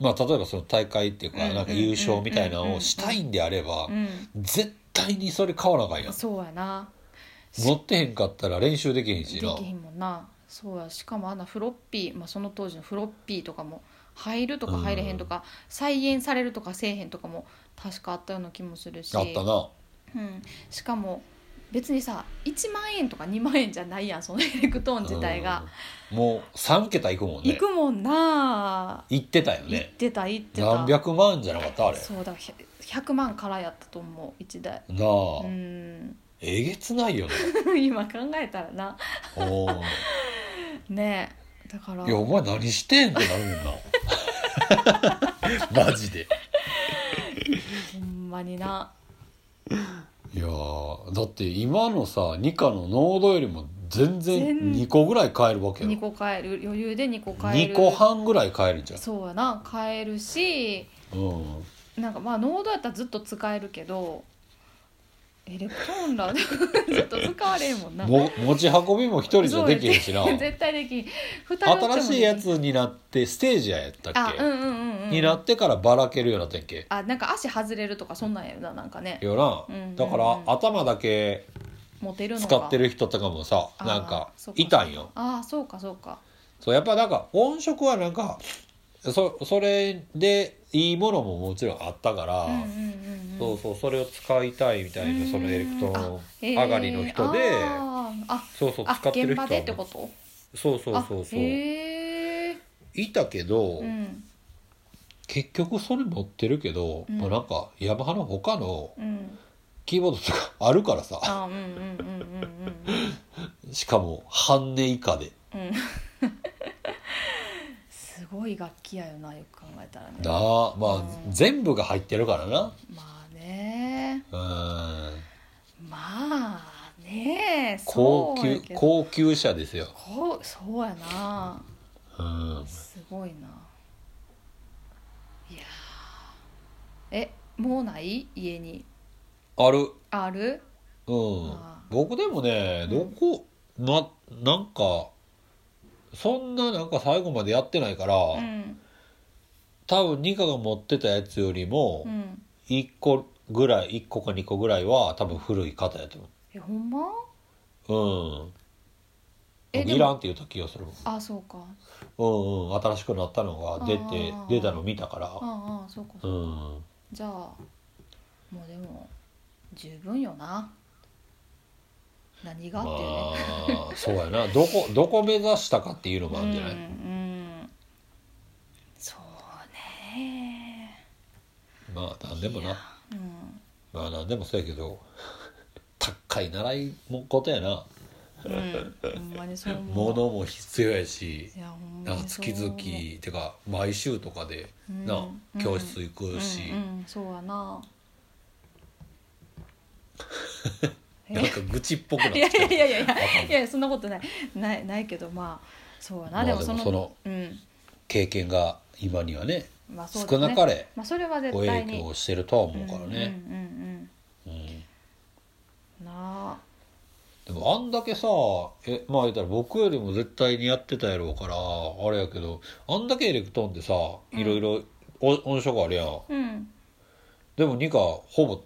まあ、例えばその大会っていうかうんなんか優勝みたいなのをしたいんであればうん、絶対にそれ買わなあかんやんそうやな持ってへんかったら練習できへんでしなきひんもんなそうやしかもあんなフロッピー、まあ、その当時のフロッピーとかも入るとか入れへんとか、再現されるとかせえへんとかも確かあったような気もするしあったなうん、しかも別にさ1万円とか2万円じゃないやんそのエレクトーン自体が、うんもう3桁いくもん行ねくもんなあ行ってたよ行っねてた行ってた何百万じゃなかったあれそうだひゃ100万からやったと思う1台なあ、うん えげつないよね今考えたらなおーねえだからいやお前何してんってなるも んなマジでほんまにないやーだって今のさニカの濃度よりも全然全2個ぐらい買えるわけよ2個買える余裕で2個買える2個半ぐらい買えるじゃんそうやな買えるしうんなんかまあノードやったらずっと使えるけどエレクトーン らずっと使われんもんなも持ち運びも一人じゃできへんしな 絶対できん二人おっても新しいやつになってステージやったっあけ、うんうんうん、うん、になってからばらけるようになったっけあなんか足外れるとかそんなんやよななんかねよな、うんうんうんだから頭だけモテるのか使ってる人とかもさあーなんかそうかいたんよああそうかそうかそうやっぱなんか音色はなんかそそれでいいものももちろんあったから、うんうんうんうんそうそうそれを使いたいみたいなそのエレクトーンへー上がりの人であーあそうそうあ使ってる現人場でってことそうそうそうそうあへえいたけど、うん結局それ持ってるけど、うんもうなんかヤマハの他のうんキーボードとかあるからさあうんうんうんうんうんしかも半値以下でうんうんすごい楽器やよなよく考えたらねなあまあ、うん全部が入ってるからなまあねうんまあね高そう級やけど高級車ですよこうそうやなうんすごいないやーえもうない家にあるあるうんあー僕でもねどこななんかそんななんか最後までやってないから、うん多分ニカが持ってたやつよりもうん1個ぐらい1個か2個ぐらいは多分古い方やとえほんま思ううえんでもいらんって言った気がするもんあそうかうんうん新しくなったのが出てあー出たの見たかあらあああそうかうそうかんじゃあもうでも十分よな何がまっていうねあそうやなど こどこ目指したかっていうのもあるんじゃない、うんうんそうねまあなんでもいやなうんまあなんでもそうやけど 高い習いもことやな うん、ほんまにそう思う物も必要やしいやほんまなんかにそう月思う々てか毎週とかでうんなうん教室行くし、うんうん、そうやなえなんか愚痴っぽくなっいてやきたいやいやいあかんやいやそんなことないないないけどまあそうやな、まあでもそでものそのうん経験が今にはねまあそうだ少なかれまあそれは絶ご影対に響してるとは思うからね、うんうんうんうんうんなあでもあんだけさえまあ言ったら僕よりも絶対にやってたやろうからあれやけどあんだけエレクトーンってさうんいろいろお音色あるやんうんでもニカほぼ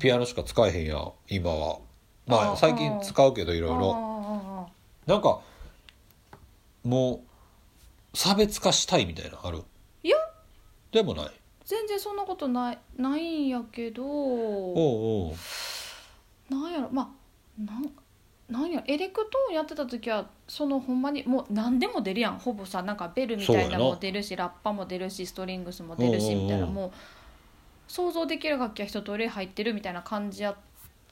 ピアノしか使えへんやん今はまああー最近使うけどいあろいあろあああなんかもう差別化したいみたいなのあるいやでもない全然そんなことないないんやけどおうおうなんやろまあなんなんやろエレクトーンやってた時はそのほんまにもう何でも出るやんほぼさなんかベルみたいなのそうやもな出るしラッパも出るしストリングスも出るうんしうんうんみたいなもう想像できる楽器は一通り入ってるみたいな感じやっ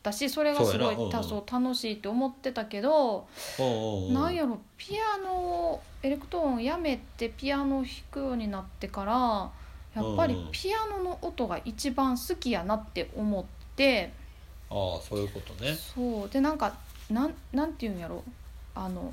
たしそれがすそうごやなうんういん多少楽しいって思ってたけどおうおうおうなんやろピアノをエレクトーンをやめてピアノを弾くようになってからやっうぱんりうんピアノの音が一番好きやなって思ってああそういうことねそうでなんかなんなんていうんやろあの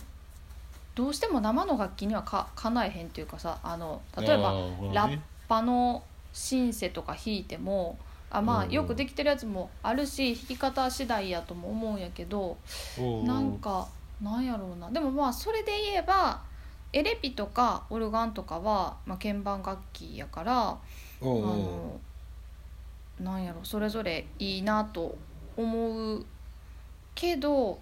どうしても生の楽器にはかかなえへんっていうかさあの例えあばあラッパのシンセとか弾いてもあまあうんうんよくできてるやつもあるし弾き方次第やとも思うんやけどおうおうなんかなんやろうなでもまあそれで言えばエレピとかオルガンとかは、まあ、鍵盤楽器やから、おうあおうのなんやろそれぞれいいなと思うけど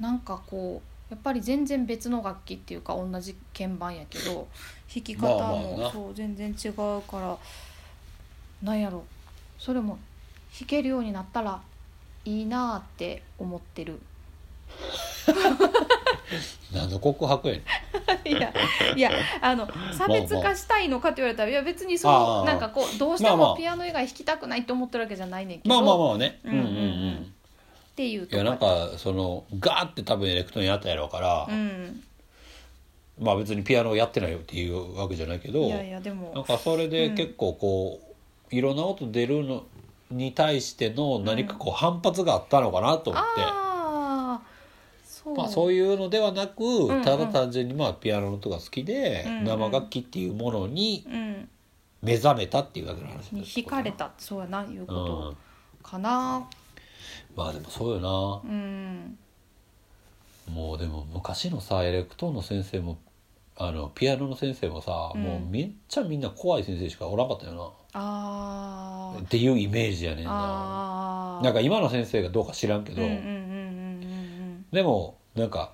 なんかこうやっぱり全然別の楽器っていうか同じ鍵盤やけど弾き方も、まあまあなそう全然違うからなんやろそれも弾けるようになったらいいなーって思ってる何の告白やねんいやいやあの差別化したいのかって言われたらいや別にそあのあなんかこうどうしてまあまもあピアノ以外弾きたくないって思ってるわけじゃないねんけど、まあまあまあねううんんううんんううんんっていういとこやなんかそのガーって多分エレクトーンやったやろうからう、んまあ別にピアノをやってないよっていうわけじゃないけどいやいやでなんもかそれで結構こう、いろんな音出るのに対しての何かこう反発があったのかなと思って、ああそう,、まあ、そういうのではなく、んうんただ単純にまあピアノの音が好きで、うんうん生楽器っていうものにうん、目覚めたっていうだけの話に惹かれたそうやないううこんとかなまあでもそうようんなもうでも昔のさエレクトーンの先生もあのピアノの先生もさ、うんもうめっちゃみんな怖い先生しかおらんかったよあなーっていうイメージやねんなあーなんか今の先生がどうか知らんけど、うんうんうんうんでもなんか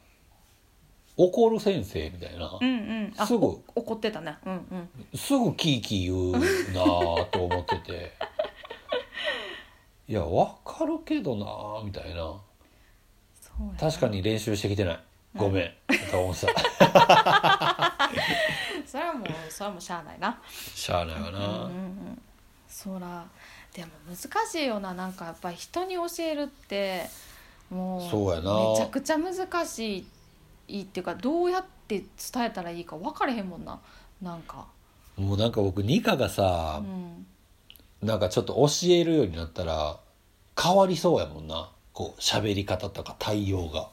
怒る先生みたいなうんう、んうんあすぐお怒ってたねうんうんすぐキーキー言うなぁと思って ていやわかるけどなぁみたいなそうやな確かに練習してきてないごめん、と思ってたそれはもうそれはもうしゃあないなしゃあないわうんうんな、うんそらでも難しいよななんかやっぱり人に教えるってもうそうやなめちゃくちゃ難しいっていうかどうやって伝えたらいいか分かれへんもんななんか、もうなんか僕ニカがうさ、ん、なんかちょっと教えるようになったら変わりそうやもんなこう喋り方とか対応 が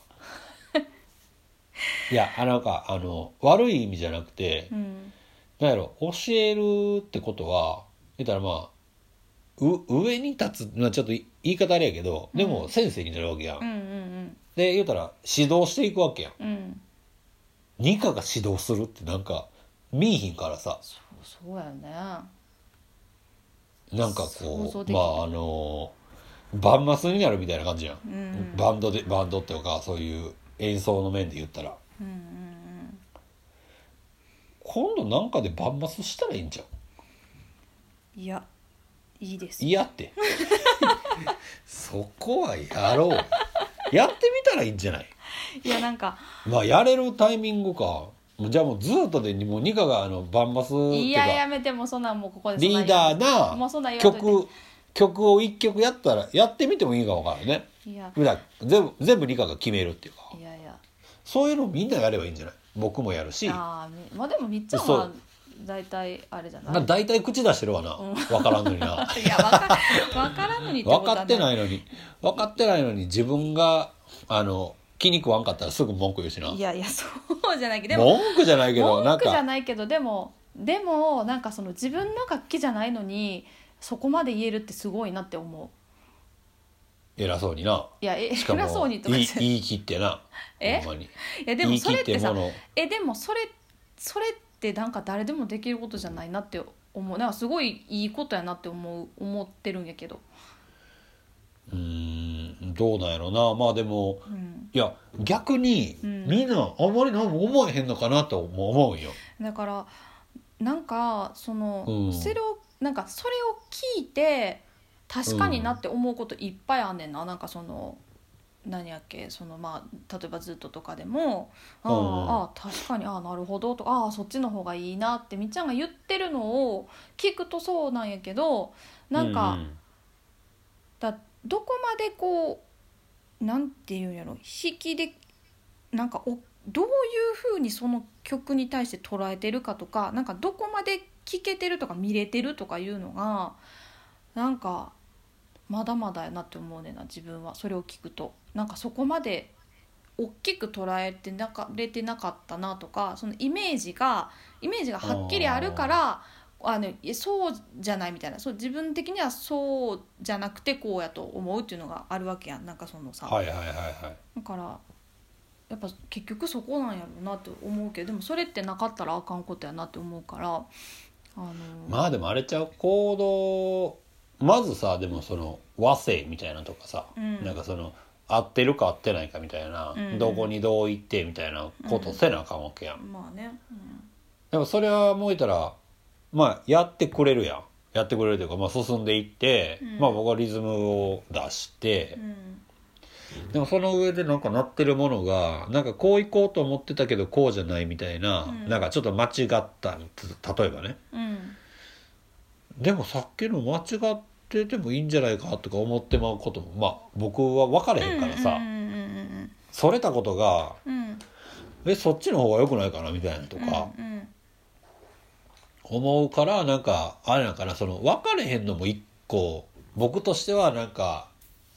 いやあなんかあの悪い意味じゃなくて、うん、なんやろ教えるってことは言ったらまあう上に立つ、まあ、ちょっとい言い方あれやけどでうもん先生になるわけやん、うんうんで言うたら指導していくわけやんうんうん二課が指導するってなんか見いひんからさそうそうやよねなんか想像こうできまないああのーバンマスになるみたいな感じやん、うんうんバンドでバンドっていうかそういう演奏の面で言ったらうんうん今度なんかでバンマスしたらいいんじゃんいやいいですいやって そこはやろうやってみたらいいんじゃないいやなんかまあやれるタイミングかじゃあもうずっとでもうニカがあのバンバスっていいうややかめてもうそんなんもうここでリーダーもうそんなんな言わんといて曲曲を一曲やったらやってみてもいいか分からんねーいやだから全部全部ニカが決めるっていうかいやいやそういうのみんなやればいいんじゃない僕もやるしあーみまあでもみっちゃんそはう大体あれじゃないまあ大体口出してるわなうん分からんのにない や分か分からんのに分かっていないのに分かってないのに自分があの気に食わんかったらすぐ文句言うしないやいやそうじゃないけどでも文句じゃないけどなん文句じゃかないけどでもでもなんかその自分の楽器じゃないのにそこまで言えるってすごいなって思う偉そうにないやえしか偉そもう言にとかいじゃない言い切ってな えほんまにいやで言もいそ切れっっててもさのえでもそれそれってなんか誰でもできることじゃないなって思うなんかすごいいいことやなって思う思ってるんやけどうーんどうなんやろなまあでもうんいや逆にうんみんなあんまり何も思えへんのかなとも思うんよ。だからなんかその、うんそれをなんかそれを聞いて確かになって思うこといっぱいあんねんな、なんかその何やっけそのまあ例えばずっととかでも「あーうんうんあー確かにああなるほど」とか「ああそっちの方がいいな」ってみっちゃんが言ってるのを聞くとそうなんやけどなんか、だどこまでこうなんていうんやろ引きでなんかおどういうふうにその曲に対して捉えてるかとかなんかどこまで聴けてるとか見れてるとかいうのがなんかまだまだやなって思うねんな自分はそれを聞くとなんかそこまで大きく捉えてなかれてなかったなとかそのイメージがイメージがはっきりあるからあのいやそうじゃないみたいなそう自分的にはそうじゃなくてこうやと思うっていうのがあるわけやんなんかそのさ、うんはいはいはいはい。だからやっぱ結局そこなんやろうなと思うけどでもそれってなかったらあかんことやなって思うからあの、まあでもあれちゃう行動まずさでもその和声みたいなとかさ、うんなんかその合ってるか合ってないかみたいな、うんどこにどう行ってみたいなことせなあかんわけやん。まあね、でもそれはもう言ったらまあやってくれるやん。やってくれるというか、まあ、進んでいって、うんまあ僕はリズムを出して、うんでもその上でなんかなってるものがなんかこういこうと思ってたけどこうじゃないみたいな、うんなんかちょっと間違ったた例えばねうんでもさっきの間違っててもいいんじゃないかとか思ってまうこともまあ僕は分かれへんからさ、うんうんうんそれたことがうんうんえそっちの方が良くないかなみたいなとかうんうん思うからなんかあれなんかなその分かれへんのも一個僕としてはなんか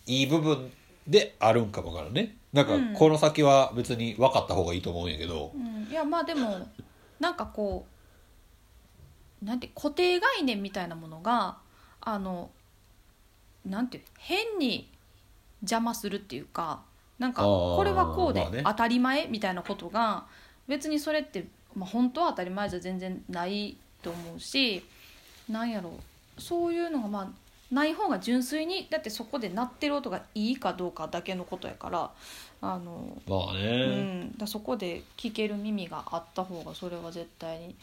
いい部分であるんかもわからんねなんかうんこの先は別に分かった方がいいと思うんやけど、うん、いやまあでもなんかこうなんて固定概念みたいなものがあのなんていう変に邪魔するっていうかなんかあーこれはこうでまあね当たり前みたいなことが別にそれって、まあ、本当は当たり前じゃ全然ないと思うしなんやろうそういうのがまあない方が純粋にだってそこで鳴ってる音がいいかどうかだけのことやからあのまあね、うん、だからそこで聞ける耳があった方がそれは絶対に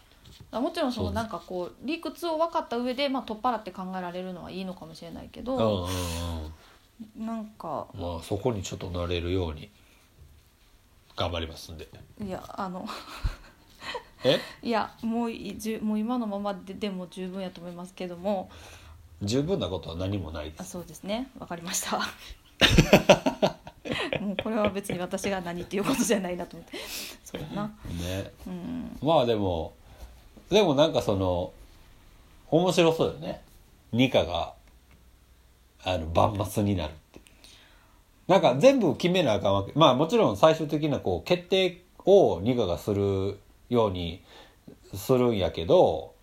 あもちろんそのそうなんかこう理屈を分かった上で、まあ、取っ払って考えられるのはいいのかもしれないけうんうんど、うんなんかまあそこにちょっと慣れるように頑張りますんでいやあの えいやもういじゅもう今のままででも十分やと思いますけども十分なことは何もないであすそうですねわかりました もうこれは別に私が何っていうことじゃないなと思ってそうだなねうんまあでもでもなんかその面白そうだよねニカがあの万末になるってなんか全部決めなあかんわけまあもちろん最終的なこう決定をニカがするようにするんやけど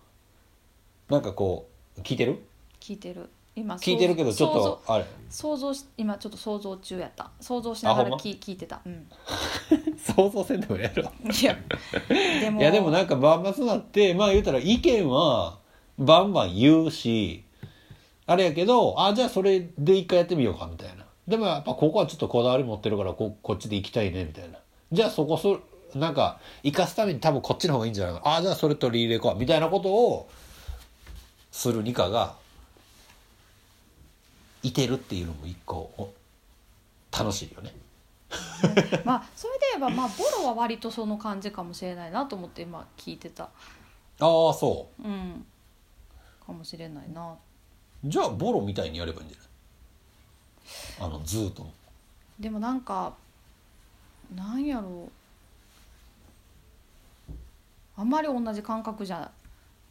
なんかこう聞いてる聞いてる今聞いてるけどちょっ想像とあれ想像し今ちょっと想像中やった想像しながあほんらま聞聞いてた、 うん、想像せんでもやろいやでもいやでもなんかバンバスなってまあ言うたら意見はバンバン言うしあれやけどあじゃあそれで一回やってみようかみたいなでもやっぱここはちょっとこだわり持ってるからここっちで行きたいねみたいなじゃあそこそなんか生かすために多分こっちの方がいいんじゃないかなあじゃあそれ取り入れこうみたいなことをするニカがいてるっていうのも一個お楽しいよね。まあそれで言えば、まあ、ボロは割とその感じかもしれないなと思って今聞いてたああそうんかもしれないなうじゃあボロみたいにやればいいんじゃないあのずーっと。でもなんかなんやろうあんまり同じ感覚じゃ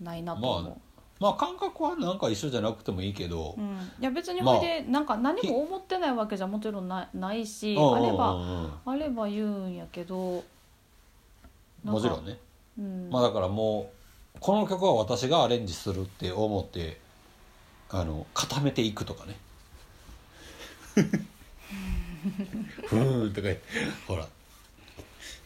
ないなと思う、ままあ感覚はなんか一緒じゃなくてもいいけど、うん、いや別にまあほいで、なんか何も思ってないわけじゃもちろんないないしうんあれうばんうんうんあれば言うんやけどなんかもちろんね、うんまあだからもうこの曲は私がアレンジするって思ってあの固めていくとかねふーんとか言ってほら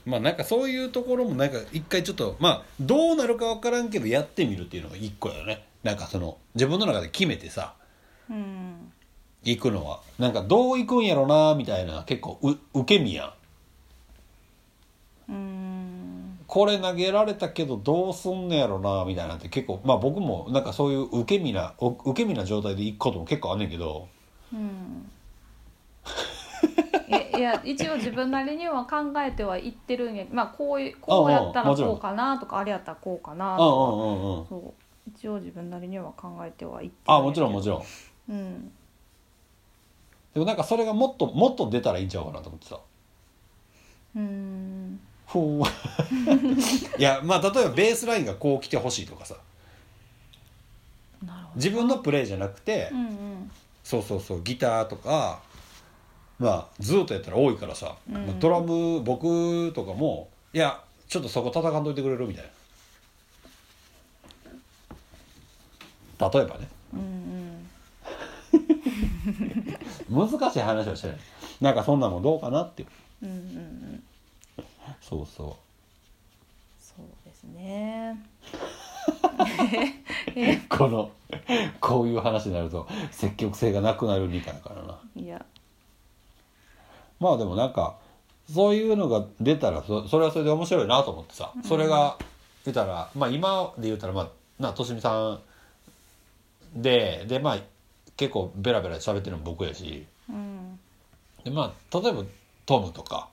まあなんかそういうところもなんか一回ちょっとまあどうなるか分からんけどやってみるっていうのが一個よねなんかその自分の中で決めてさうん行くのはなんかどう行くんやろなみたいな結構う受け身やんうんこれ投げられたけどどうすんのやろなみたいなって結構まあ僕もなんかそういう受け身なお受け身な状態で行くことも結構あんねんけどうんいいや一応自分なりには考えてはいってるんやまあこういうこうやっうたんうんもらちろんこうかなとかあれやったらこうかうなんとうんうんうんかそう一応自分なりには考えてはいってあもちろんもちちろんろんうんでもなんかそれがもっともっと出たらいいんちゃうかなと思ってさうんふー いやまあ例えばベースラインがこう来てほしいとかさなるほど自分のプレイじゃなくて、うんうんそうそうそうギターとかまあずっとやったら多いからさ、うんまあドラム僕とかもいやちょっとそこ叩かんといてくれるみたいな例えばねうんうん難しい話をしてないなんかそんなのどうかなっていううんうんうんそうそそうですねうこのこういう話になると積極性がなくなるみたいだからないやまあでもなんかそういうのが出たらそそれはそれで面白いなと思ってさそれが出たらまあ今で言うたらまあなとしみさんででまあ結構ベラベラ喋ってるのも僕やしうんでまあ例えばトムとか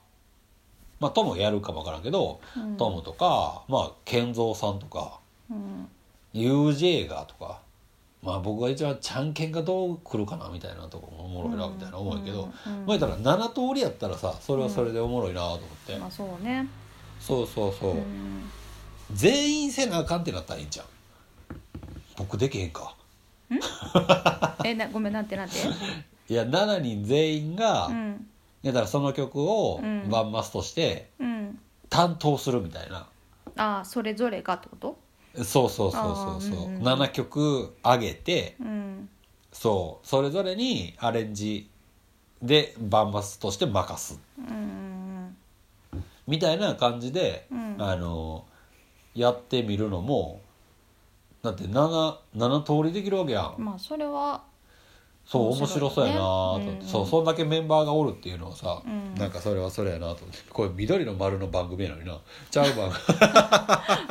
まあトムやるかもわからんけど、うんトムとかまあ健三さんとかうん UJ がとかまあ僕が一番ちゃんけんがどう来るかなみたいなとこもおもろいなみたいな思うけど、うんうんまあ言ったら7通りやったらさそれはそれでおもろいなと思って、まあそうねそうそうそう、うん全員せなあかんってなったらいいんじゃん僕できへんか えなごめんなんてなんていや7人全員が、ういんやだからその曲をうんバンマスとしてうん担当するみたいな、ああそれぞれがってことそうそうそうそうそう、あーうんうん7曲上げてうんそうそれぞれにアレンジでバンマスとして任すうんうんみたいな感じで、うんあのやってみるのもだって 7, 7通りできるわけやんうんまあそれは そう面面白白いそうやなと思って、ねうんうんそうそんだけメンバーがおるっていうのはさ、うんなんかそれはそれやなと思ってこれ緑の丸の番組やのになちゃう番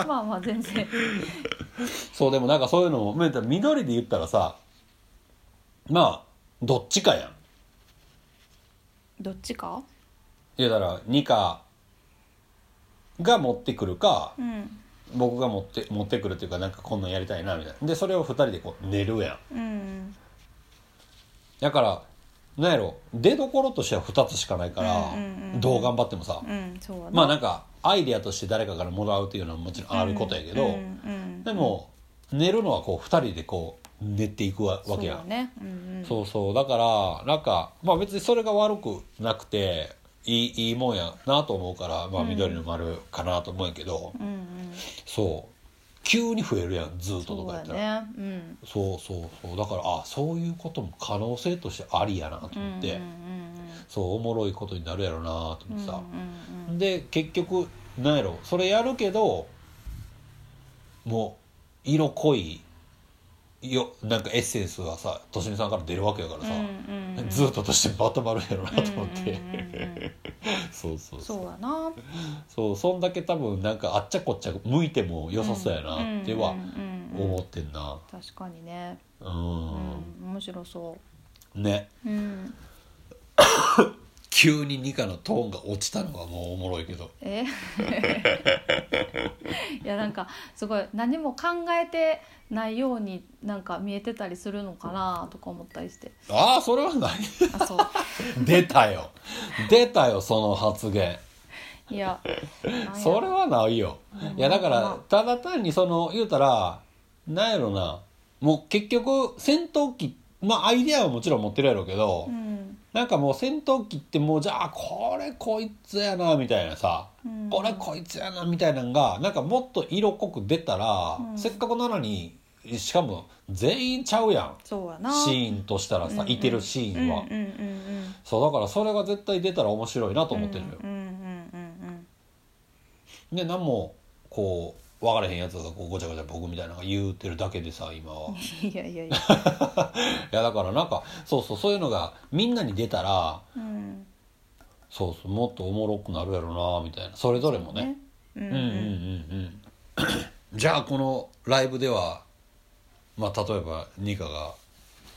まあまあ全然 そうでもなんかそういうのもまあ緑で言ったらさまあどっちかやんどっちかいやだからニカが持ってくるかうん僕が持って持ってくるっていうかなんかこんなんやりたいなみたいなでそれを2人でこう寝るやんうんだからなんやろ出どころとしては2つしかないから、うんうんうんどう頑張ってもさ、うんそうだねまあなんかアイデアとして誰かからもらうっていうのはもちろんあることやけど、うんうんでも寝るのはこう2人でこう寝ていくわわけやそうだんねうんうんそうそうだからなんかまあ別にそれが悪くなくていいいいもんやなと思うからまあうん緑の丸かなと思うんやけど、うんうんそう急に増えるやんずっととかやったそうらだねうんそう,、そうそうだからあそういうことも可能性としてありやなと思って、うんうんうんそうおもろいことになるやろうなと思ってさ、うんうんで結局なんやろそれやるけどもう色濃いよなんかエッセンスがさとしみさんから出るわけやからさ、うんうんうんずっととしてまとまるやろなと思って、うんうんうんうん そうそうそうそうだなそうそんだけ多分なんかあっちゃこっちゃ向いても 良さそうやなってはうんうんうんうん思ってんな確かにねううんん、面白そねううん急にニカのトーンが落ちたのがもうおもろいけどえ いやなんかすごい何も考えてないようになんか見えてたりするのかなとか思ったりしてああそれはないあそう 出たよ出たよその発言い やなんやそれはないようんいやだかまあらただ単にその言うたらなんやろなもう結局戦闘機まあアイデアはもちろん持ってるやろうけど、うんなんかもう戦闘機ってもうじゃあこれこいつやなみたいなさ、うんこれこいつやなみたいなのがなんかもっと色濃く出たら、うんせっかくなのにしかも全員ちゃうやんそうやなシーンとしたらさ、いてるシーンは、うんうんうんうんそうだからそれが絶対出たら面白いなと思ってるよ、うんうんうんで何もこう分からへんやつがこうごちゃごちゃ僕みたいなのが言うてるだけでさ今はうんいうんいやいやいや、 やだからなんかそうそうそういうのがみんなに出たらうん、そうそうもっとおもろくなるやろなみたいなそれぞれもねうんうんうんうんうんじゃあこのライブではまあ例えばニカが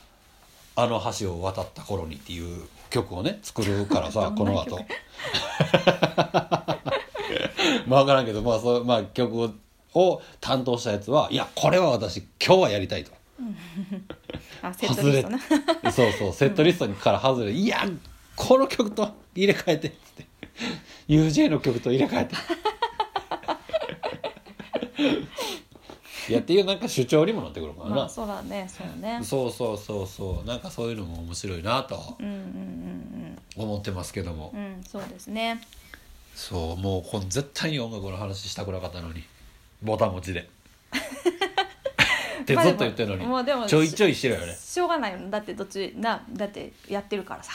「あの橋を渡った頃に」っていう曲をね作るから どさんなこの曲後 まあ分からんけど、まあそうまあ、曲をを担当したやつはいやこれは私今日はやりたいと。あセットリストな そうそうセットリストから外れ「いやこの曲と入れ替えて」っつって UJ の曲と入れ替え ていやっていうなんか主張にもなってくるからな、 まあそうだねそうねそうそうそうそうなんかそういうのも面白いなとはうんうんうん思ってますけども、うんうんそうですねそうもうこの絶対に音楽の話したくなかったのにボタン持ちでってずっと言ってるのに、まあでもまあでもちょいちょいしてるよねしょうがないよだってどっちなだってやってるからさ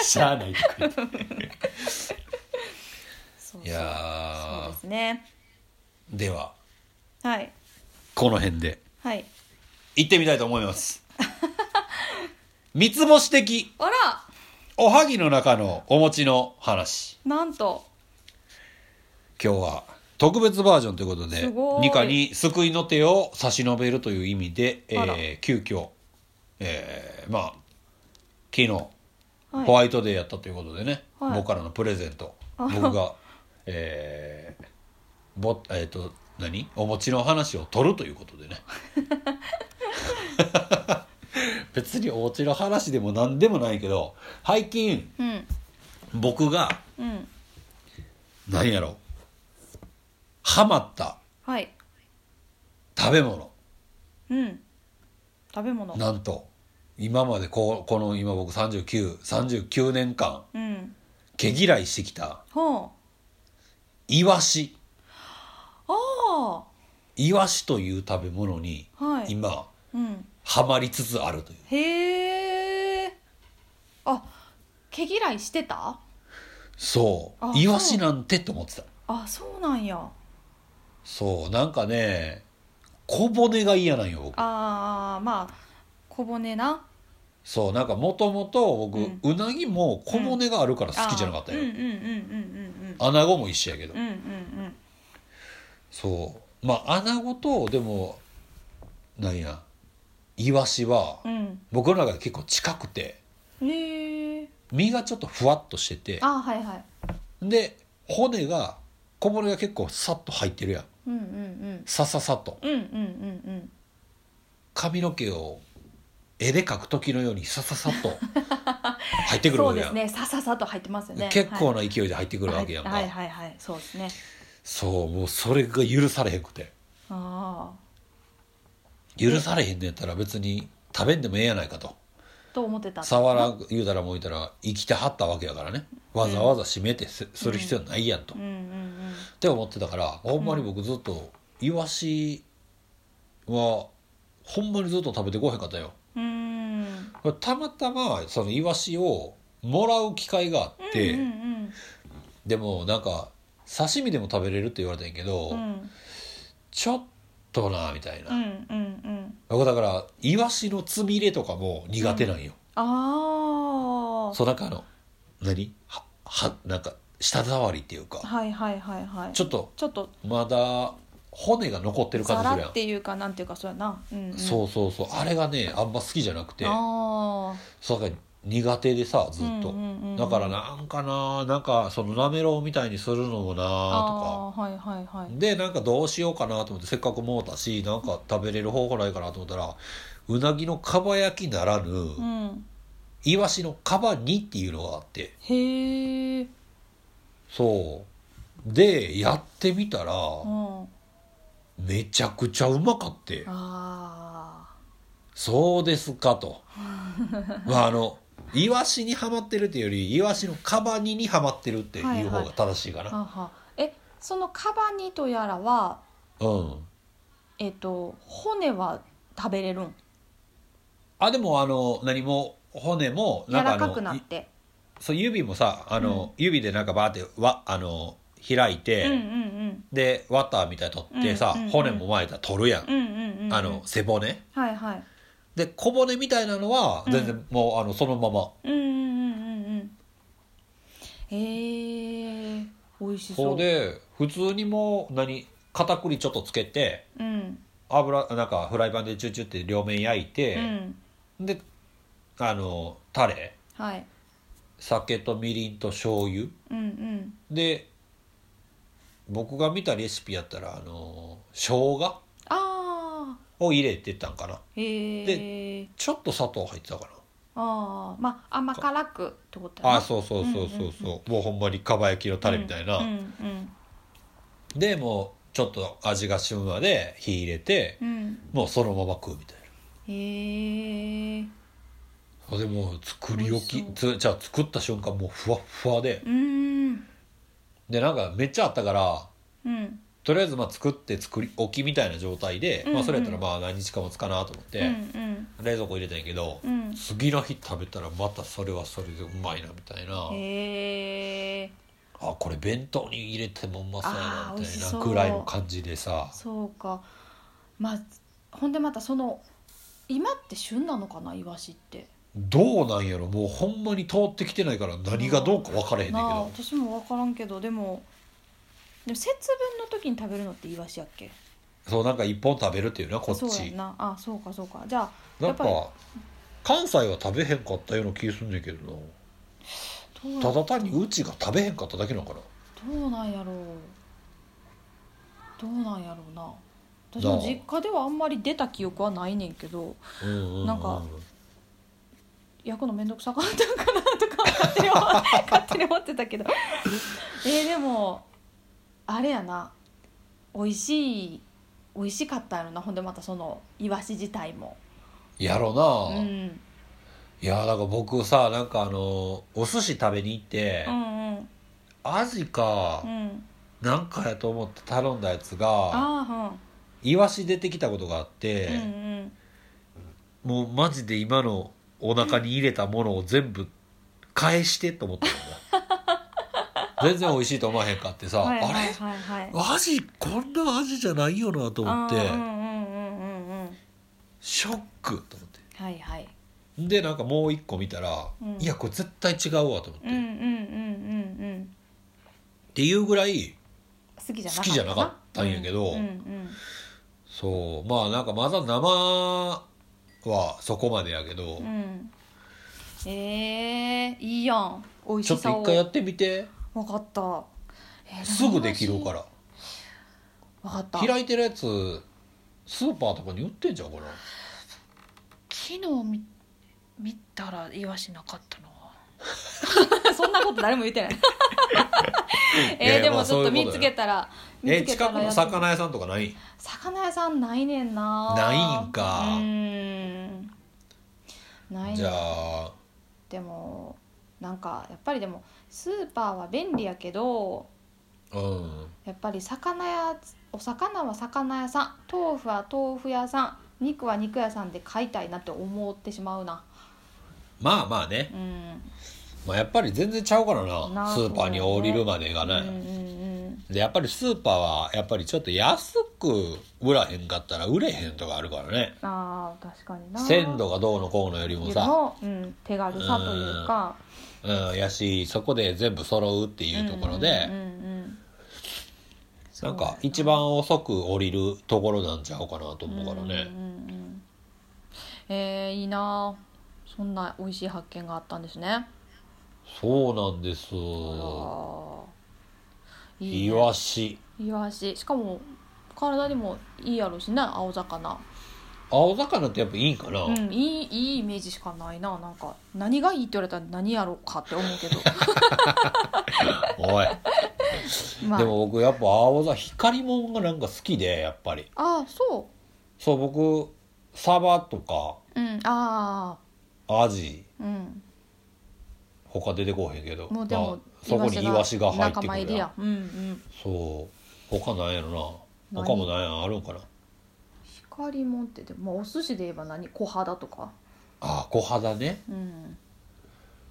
しゃあないとか言ってそういやそうーそうですねでははいこの辺ではい行ってみたいと思います。三つ星的あらおはぎの中のお餅の話。なんと今日は特別バージョンということすでごい二課に救いの手を差し伸べるという意味で、えあらー、急遽、えー、まあ昨日はいホワイトデーやったということでね、はい僕からのプレゼントあ僕がえー、ぼえー、と何お餅の話を取るということ でね別にお餅の話でも何でもないけど最近うん僕がうん何やろうハマったはい食べ物うん食べ物なんと今までこうこの今僕3939年間うん毛嫌いしてきたほうイワシあイワシという食べ物にあはい今うんハマりつつあるというへえあ毛嫌いしてたそあうイワシなんてと思ってたあそうなんやそうなんかね小骨が嫌なんよ僕あーまあ小骨なそうなんかもともと僕、うんうなぎも小骨があるから好きじゃなかったよ、あーうんうんうん穴子も一緒やけど、うんうんうんうんうんうんそうまあ穴子とでもなんやイワシはうん僕の中で結構近くてうんへえ身がちょっとふわっとしててあーはいはいで骨が小骨が結構さっと入ってるやんうんうんうんさささっとうんうんうんうん髪の毛を絵で描く時のようにさささっと入ってくるそわうけでやすん、ねさささと入ってますよね結構はいな勢いで入ってくるわけやんか、はいはいはいはいそうですねそうもうそれが許されへんくてあ許されへんのやったら別に食べんでもええやないかとあと思ってたさわら言うたらもう言うたら生きてはったわけやからねわざわざ締めてす,、する必要ないやんと、うんっうんうんて思ってたからほんまに僕ずっとイワシはほんまにずっと食べてこへんかったようーんこれたまたまそのイワシをもらう機会があって、うんうんでもなんか刺身でも食べれるって言われたんやけど、うんうんちょっとなみたいな、うんうんうん僕だからイワシのつみれとかも苦手なんよ、あそうなんかあの何ははなんか舌触りっていうあかはいはいはいはいちょっとちょっとまだ骨が残ってる感ザじするラやんっていうかなんていうかそうやな、うんうん、そうそうそうあれがねあんま好きじゃなくてあそうだから苦手でさずっと、うんうんうんうんだからなんかななんかそのなめろうみたいにするのもなとかああーはいはいはいでなんかどうしようかなと思ってせっかくもうたしなんか食べれる方法ないかなと思ったらうなぎのかば焼きならぬ、うんイワシのかば煮っていうのがあってへえそうでやってみたらうんあめちゃくちゃうまかってあそうですか とまああのイワシにはまってるっていうよりイワシのかば煮にはまってるっていう方が正しいかーな、ははえそのカバニとやらはうんえっ、と骨は食べれるんあでもあの何も骨も柔んからあかのくなってそう指もさあの、指でなんかバーってわあの開いて、うんうんうんで綿みたいに取ってさ、うんうんうん骨も前から取るやん、うんうんうんうんあの背骨はいはいで小骨みたいなのはうん全然もう、あのそのままうんうんうんうんうんへえ美味しそうそうで普通にもう何片栗ちょっとつけてうん油なんかフライパンでチュチュって両面焼いてう、んであのタレはい酒とみりんと醤油うんうんで僕が見たレシピやったらあの生姜ああを入れてたんかなへえちょっと砂糖入ってたかああまあ甘辛くってことなやあそうそうそうそうそう,、もうほんまにかば焼きのタレみたいな、うんうんでもうちょっと味がしむまで火入れてうん、うんもうそのまま食うみたいへえなあでもう作り置き美味つしじゃあ作った瞬間もうふわっふわでうんでなんかめっちゃあったからうんとりあえずまあ作って作り置きみたいな状態で、うんうんまあ、それやったらまあ何日かもつかなと思って、うん冷蔵庫入れたんやけど、うんうん次の日食べたらまたそれはそれでうまいなみたいな、へえあこれ弁当に入れてもうまそうやあなみーた美味いしそなうぐらいの感じでさそうかまあほんでまたその今って旬なのかなイワシってどうなんやろもうほんまに通ってきてないから何がどうか分からへんねんけなあど私も分からんけどでもでも節分の時に食べるのってイワシやっけそうなんか一本食べるっていうなこっそうちやんなあそうかそうかじゃあなやんっぱりか関西は食べへんかったような気すんねんけどなどうやただ単にうちが食べへんかっただけなのかなどうなんやろうどうなんやろうな私も実家ではあんまり出た記憶はないねんけどうんうんうんなんか焼くの面倒くさかったんかなとか勝手に思っ勝手に思ってたけどえーでもあれやな美味しい美味しかったやろなほんでまたそのイワシ自体もやろうな、いんやだから僕さなんかあのお寿司食べに行って、うんうんアジかう、んなんかやと思って頼んだやつがあイワシ出てきたことがあっあうんうて、んもうマジで今のお腹に入れたものを全部返してと思った んだ全然美味しいと思わへんかってさ、うんはいはあいれはいはいアジこんなアジじゃないよなと思って、うんうんうんうんうんうんショックと思ってはいはいでなんかもう一個見たら、うんいやこれ絶対違うわと思って、うんうっんうんうんうんていうぐらい好きじゃなか好ったきじゃなかったんやけどうんうんそうまあなんかまだ生はそこまでやけど、うん、うんえー、いいやん美味ちょしっとさを一回やってみて分かった、えーすぐできるから分かった昨開いてるやつスーパーとかに売ってんじゃんかな日見見たらイワシなかったな そんなこと誰も言っ てないいやい えー、やでまもあちょっとそういう見ことよつけたらえ見つけ近たらくのやってみ魚屋さんとかない魚屋さんないねんなないんかうんないねじゃあでもなんかやっぱりでもスーパーは便利やけどうんやっぱり魚屋お魚は魚屋さん豆腐は豆腐屋さん肉は肉屋さんで買いたいなって思ってしまうなまあまあね、うんまあ、やっぱり全然ちゃうからななあスーパーに降りるまでがね、うんうんでやっぱりスーパーはやっぱりちょっと安く売らへんかったら売れへんとかあるからねうんあー確かにな鮮度がどうのこうのよりもよりさ、も、うん、手軽さというかうん、やしそこで全部揃うっていうところで、うんうんうんうんなんか一番遅く降りるところなんちゃうかなと思うからうんね、うんうんうんえー、いいなそんな美味しい発見があったんですねそうなんですあーいいイねワシイワシしかも体にもいいやろしね青魚青魚ってやっぱいいんかな、うんいいいいイメージしかないななんか何がいいって言われたら何やろうかって思う けどおい まあでも僕やっぱ青魚光もんがなんか好きでやっぱりああそそう僕サバとかううんあアジあうん他出てこうへんけどもうでもまあそこにイワシが入って仲間く入るりやんやうんうんそう他なんやろな何他もなんやあるんかな光もんってでも、まあ、お寿司で言えば何小肌とかああ小肌ねうん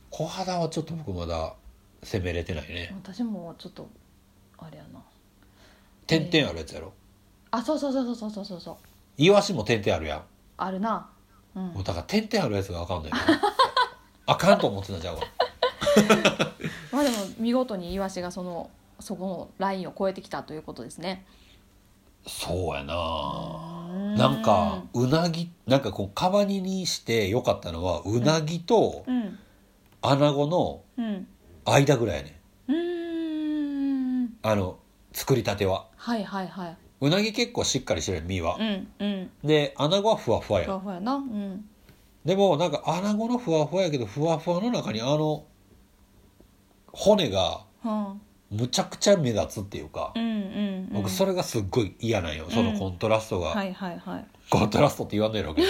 小肌はちょっと僕まだ攻めれてないね私もちょっとあれやな点々あるやつやろあそうそうそうそうそうそうそうイワシも点々あるやんあるなうんもうだから点々あるやつがあか んのよあかんと思ってたじゃん俺まあでも見事にイワシがそのそこのラインを越えてきたということですね。そうやなななんかうなぎなんかこうカバニにしてよかったのはうなぎとうんアナゴのうん間ぐらいやねうーんあの作りたてははいはいはいうなぎ結構しっかりしてるやん身はうんうんでアナゴはふわふわやんふわふわやなうんでもなんかアナゴのふわふわやけどふわふわの中にあの骨がはむちゃくちゃ目立つっていうかあ、うんうんうん僕それがすっごい嫌なんよそのコントラストが、はいはいはいコントラストって言わんない わけど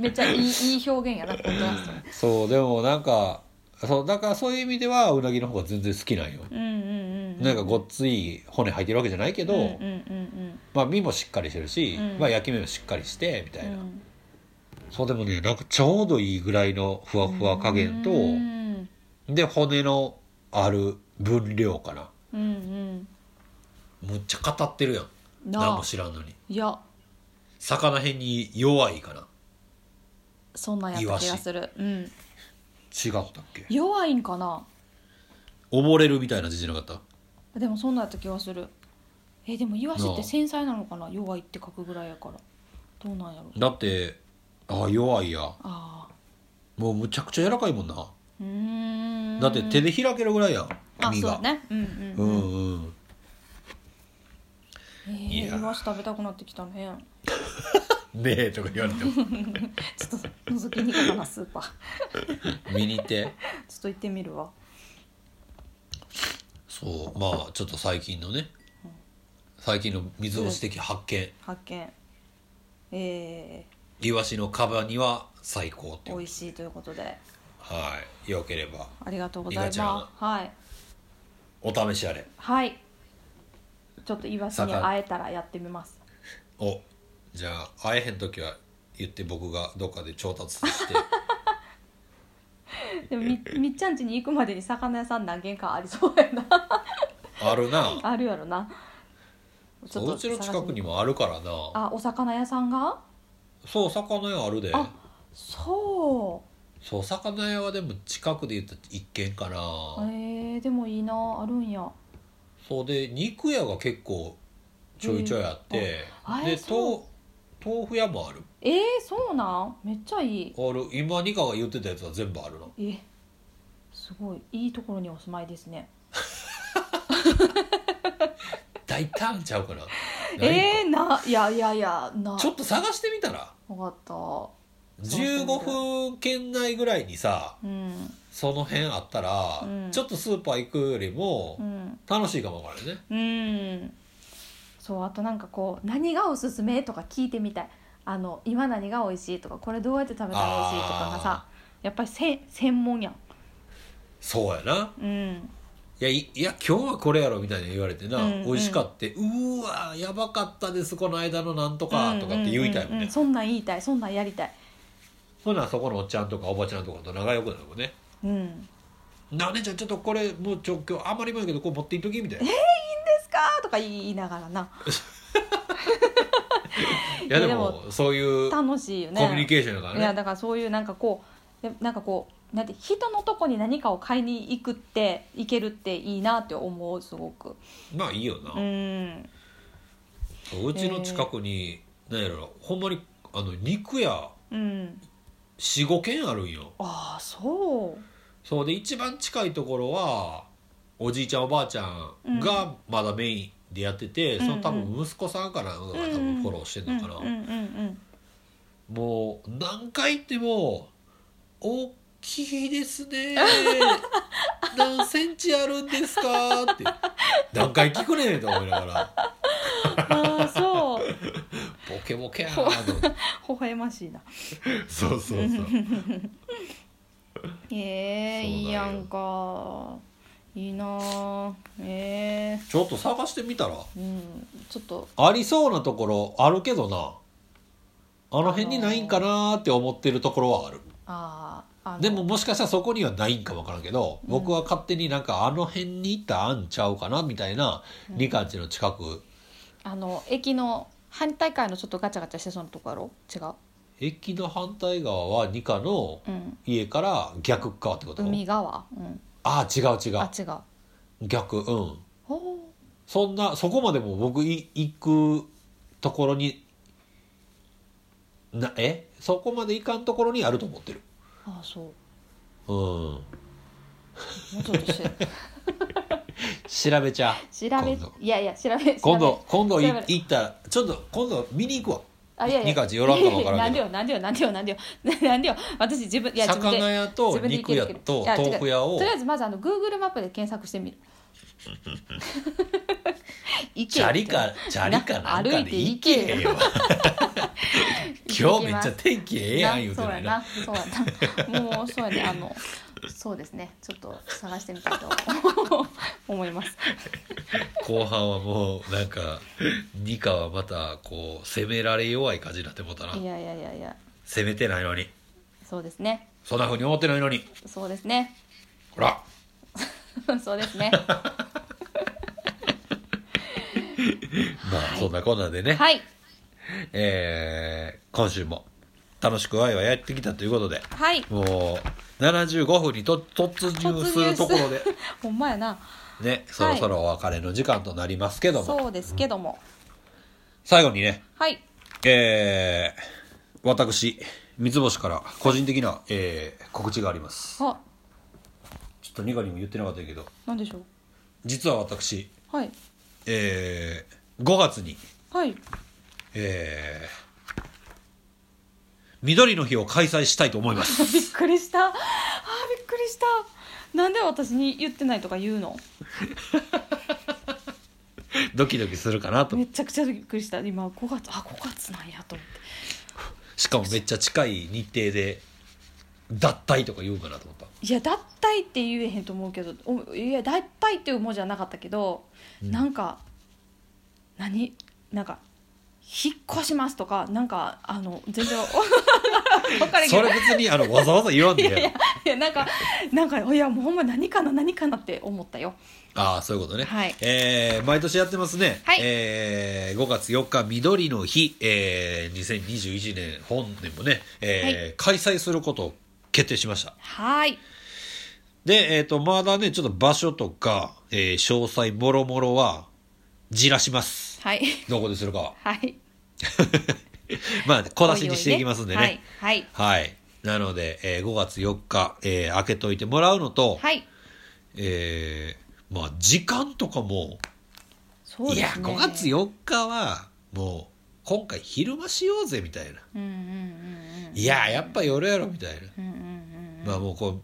めっちゃいいいい表現やなコントラストねそうでもなんかそうだからそういう意味ではうなぎの方が全然好きなんよ、うんうんうんなんかごっつい骨入ってるわけじゃないけど、うんうんうんまあ身もしっかりしてるし、うんまあ焼き目もしっかりしてみたういな、んそうでもねなんかちょうどいいぐらいのふわふわ加減と、うんで骨のある分量かなうんむっちゃ語ってるやんうん何なもあ知らんのにいや魚辺に弱いかなそんなんやった気がするうん違ったっけ弱いんかな溺れるみたいな字じゃなかったでもそんなやった気がするえでもイワシって繊細なのかな弱いって書くぐらいやからどうなんやろうだってあ弱いやああもうむちゃくちゃ柔らかいもんなうーんだって手で開けるぐらいやんあ身そうがだねううんうんうんん、うんえいやー、イワシ食べたくなってきたねねえとか言われて もちょっと覗きに行こうかなスーパーち ょ見に行ってっと行ってみるわそうまあちょっと最近のね最近の水押し的発見発見えイワシのカバには最高ってー、いう美味しいということではいよければありがとうございいがますちゃんはいお試しあれはいちょっとイワシに魚会えたらやってみますおじゃあ会えへん時は言って僕がどっかで調達して でもみみっちゃん家に行くまでに魚屋さん何軒かありそうやな あるなあるやろなちょそっうとうちの近くにももあるからなあお魚屋さんがそう魚屋あるであそそう魚屋はでも近くで言ったら一軒かな、うえー、でもいいなあるんやそうで肉屋が結構ちょいちょいあって、ああでれそう豆豆腐屋もあるえー、そうなんめっちゃいいある今ニカが言ってたやつは全部あるなえすごいいいところにお住まいですね大胆ちゃう かなないかえー、ないやいやいやなちょっと探してみたら分かった15分圏内ぐらいにさうんその辺あったら、うんちょっとスーパー行くよりもうん楽しいかもわからないねうんそうあとなんかこう何がおすすめとか聞いてみたいあの今何が美味しいとかこれどうやって食べたら美味しいとかがさやっぱりせ専門やんそうやなうんいやいいや今日はこれやろみたいに言われてな、うんうん美味しかってうーわやばかったですこの間のなんとかとかって言いたいもんね、ううううそんなん言いたいそんなんやりたいほなそこのおっちゃんとかおばちゃんとかと仲良くなるもんねうん「なあ姉ちゃんちょっとこれもうちょ今日あまりもやけどこう持っていっとき」みたいな「いですかとか言いながらなやででももそういうコ楽しいよミねュニケーションだからいねやだからそういうなんかこうでなんかこうなんて人のとこに何かを買いに行くって行けるっていいなって思うすごくまあいいよな、ううんちの近くに何やろほんまにあの肉屋うん45軒あるんよああそうそうで一番近いところはおじいちゃんおばあちゃんがまだメインでやってて、うんその多分息子さんかなんかが多分フォローしてんのかな、うんうんうんもう何回行っても「大きいです ね何センチあるんですか?」って何回聞くねんと思いながらああそう 「ボケボケやな」と思って微笑ましいなそうそうそうそうなんよええいいやんかいいなあえちょっと探してみたらえうんちょっとありそうなところあるけどなあの辺にないんかなーって思ってるところはあるあああのでももしかしたらそこにはないんかわからんけどうん僕は勝手になんかあの辺に行ったらあんちゃうかなみたいなうんリカチの近くあの駅の反対側のちょっとガチャガチャしてそうなとこやろ違う駅の反対側はニカのうん家から逆側ってこと海側うんああ違う違あう違う逆うんほうそんなそこまでも僕い行くところになえそこまで行かんところにあると思ってるああそううんもうちょっとし調べちゃう調べ今度いやいや調べ今調度今度い調べる行ったらちょっと今度見に行くわべあいやいやニカチ寄らんかもわからんけどいやいやなんでよなんでよなんでよなんでよなんでよ私自分いや自分で魚屋と自分で行肉ける屋けどといや違う豆腐屋をとりあえずまずあの Google マップで検索してみる行けチよャリかチャリかなんか歩いでて 行行けよけよ今日めっちゃ天気ええやん言うてそうなやいななそうやなもうそうやねあのそうですねちょっと探してみたいと思います後半はもうなんかニカはまたこう攻められ弱い感じになってもうたないやいやいやいや攻めてないのにそうですねそんなふうに思ってないのにそうですねほらそうですねまあそんなこんなんでね、はいえー今週も楽しくワイワイやってきたということではいもう75分にと突入するところで ほんまやなねそろそろお別れの時間となりますけども、そうですけども最後にねはいえー、私三つ星から個人的な、えー告知がありますあちょっとニカにも言ってなかったけどなんでしょう実は私、はいえー、5月に、はい えー、緑の日を開催したいと思います びっくりしたあーびっくりしたなんで私に言ってないとか言うのドキドキするかなとめちゃくちゃびっくりした今5月あ5月なんやと思ってしかもめっちゃ近い日程で脱退とか言うかなと思ったいや脱退って言えへんと思うけどおいや脱退っていうもんじゃなかったけど、うんなんか何なんか引っ越しますとかなんかあの全然分からんけそどれ別にあのわざわざ言わんでいやいやいやなんかなんかいやもうほんま何かな何かなって思ったよああそういうことね、はいえー毎年やってますね、はいえー5月4日緑の日、えー2021年本年もね、えー開催することを決定しましたはいで、えー、とまだねちょっと場所とか、えー詳細もろもろはじらしますはいどこでするかははいまあ小出しにしていきますんでねおいおいはいはい、なので、えー5月4日、えー開けといてもらうのと、はい、はい、えーまあ時間とかもそういでやすね5月4日はもう今回昼間しようぜみたいなうんうんうんうんいややっぱ夜やろみたいな、うんうんうんうんまあもうこう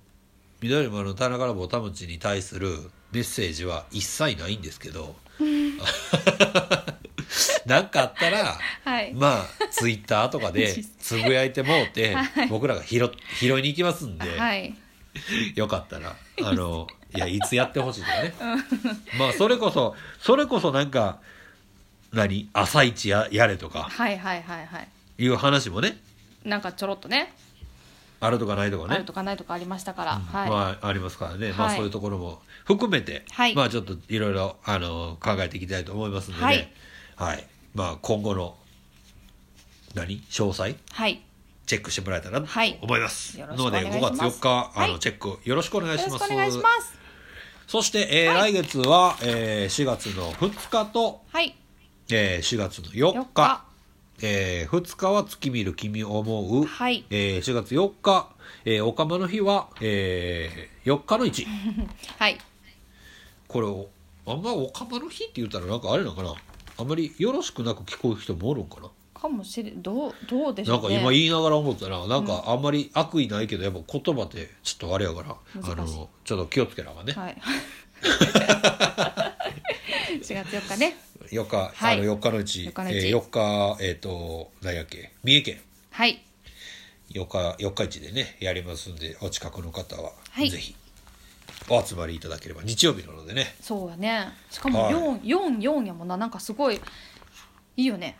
緑丸の田中らぼたむちに対するメッセージは一切ないんですけ どなんかあったらはいまあツイッターとか でつぶやいてもうて、僕らが拾拾いに行きますんで、はいよかった らあのいやいつやってほしいとかねまあそれこそそれこそなんか何朝一ややれとかはいはいはいはいいう話もねなんかちょろっとねあるとかないとかあるねとかないとかありましたから、はい、まあありますからね、まあはいそういうところも含めて、はいまあちょっといろいろあの考えていきたいと思いますので、ねはいはいまあ今後の何詳細はい、チェックしてもらえたらとはい思います、よなろしくおの願いで5します月4日あの、はいチェックよろしくお願いよしろましすくお願いしますそして、えーはい来月は、えー4月の2日と、はいえー4月の4日4日えー2日は月見る君思う、はいえー4月4日、えー、おかまの日は、えー4日の1はいこれをあんまおかまの日って言ったらなんかあれなのかなあんまりよろしくなく聞こえる人もおるんかな、かもしれどうどうでしなょんうかね今言いながら思ったななんかあんまり悪意ないけどやっぱ言葉ってちょっとあれやからあ難しいのちょっと気をつけなあかんね、はい 4月4日ね4日、はいあの4日のうち4日のうちえー4日えっ、と何やっけ三重県はい4日4日市でねやりますんでお近くの方は、はいぜひお集まりいただければ日曜日なのでねそうやねしかはもい444、四やもんななんかすごいいいよね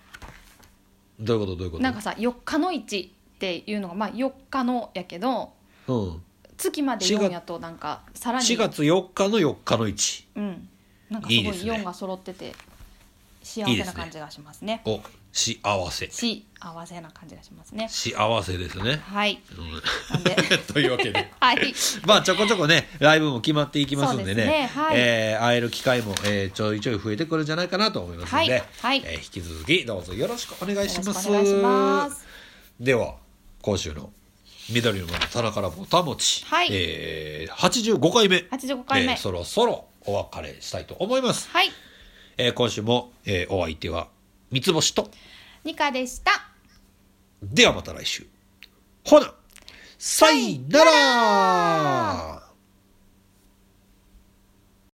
どういうことどういうことなんかさ4日の1っていうのがまあ4日のやけどうん、月まで4やとなんかさらに4月4日の4日の市うんなんかすいいごでいすね4が揃ってて幸いいせでなすね感じがしますねを幸せし幸せな感じがしますね幸せですね、はいうん なんでというわけではいまあちょこちょこねライブも決まっていきますんでそねうですねはいえー会える機会も、えーちょいちょい増えてくるんじゃないかなと思いますので、はいはいえー引き続きどうぞよろしくお願いしますよろしくお願いしますでは今週の「緑の間の棚からぼたもち」はいえー、85回目85回目えーそろそろお別れしたいと思います、はいえー今週も、えーお相手は三つ星とニカでしたではまた来週ほなさいなら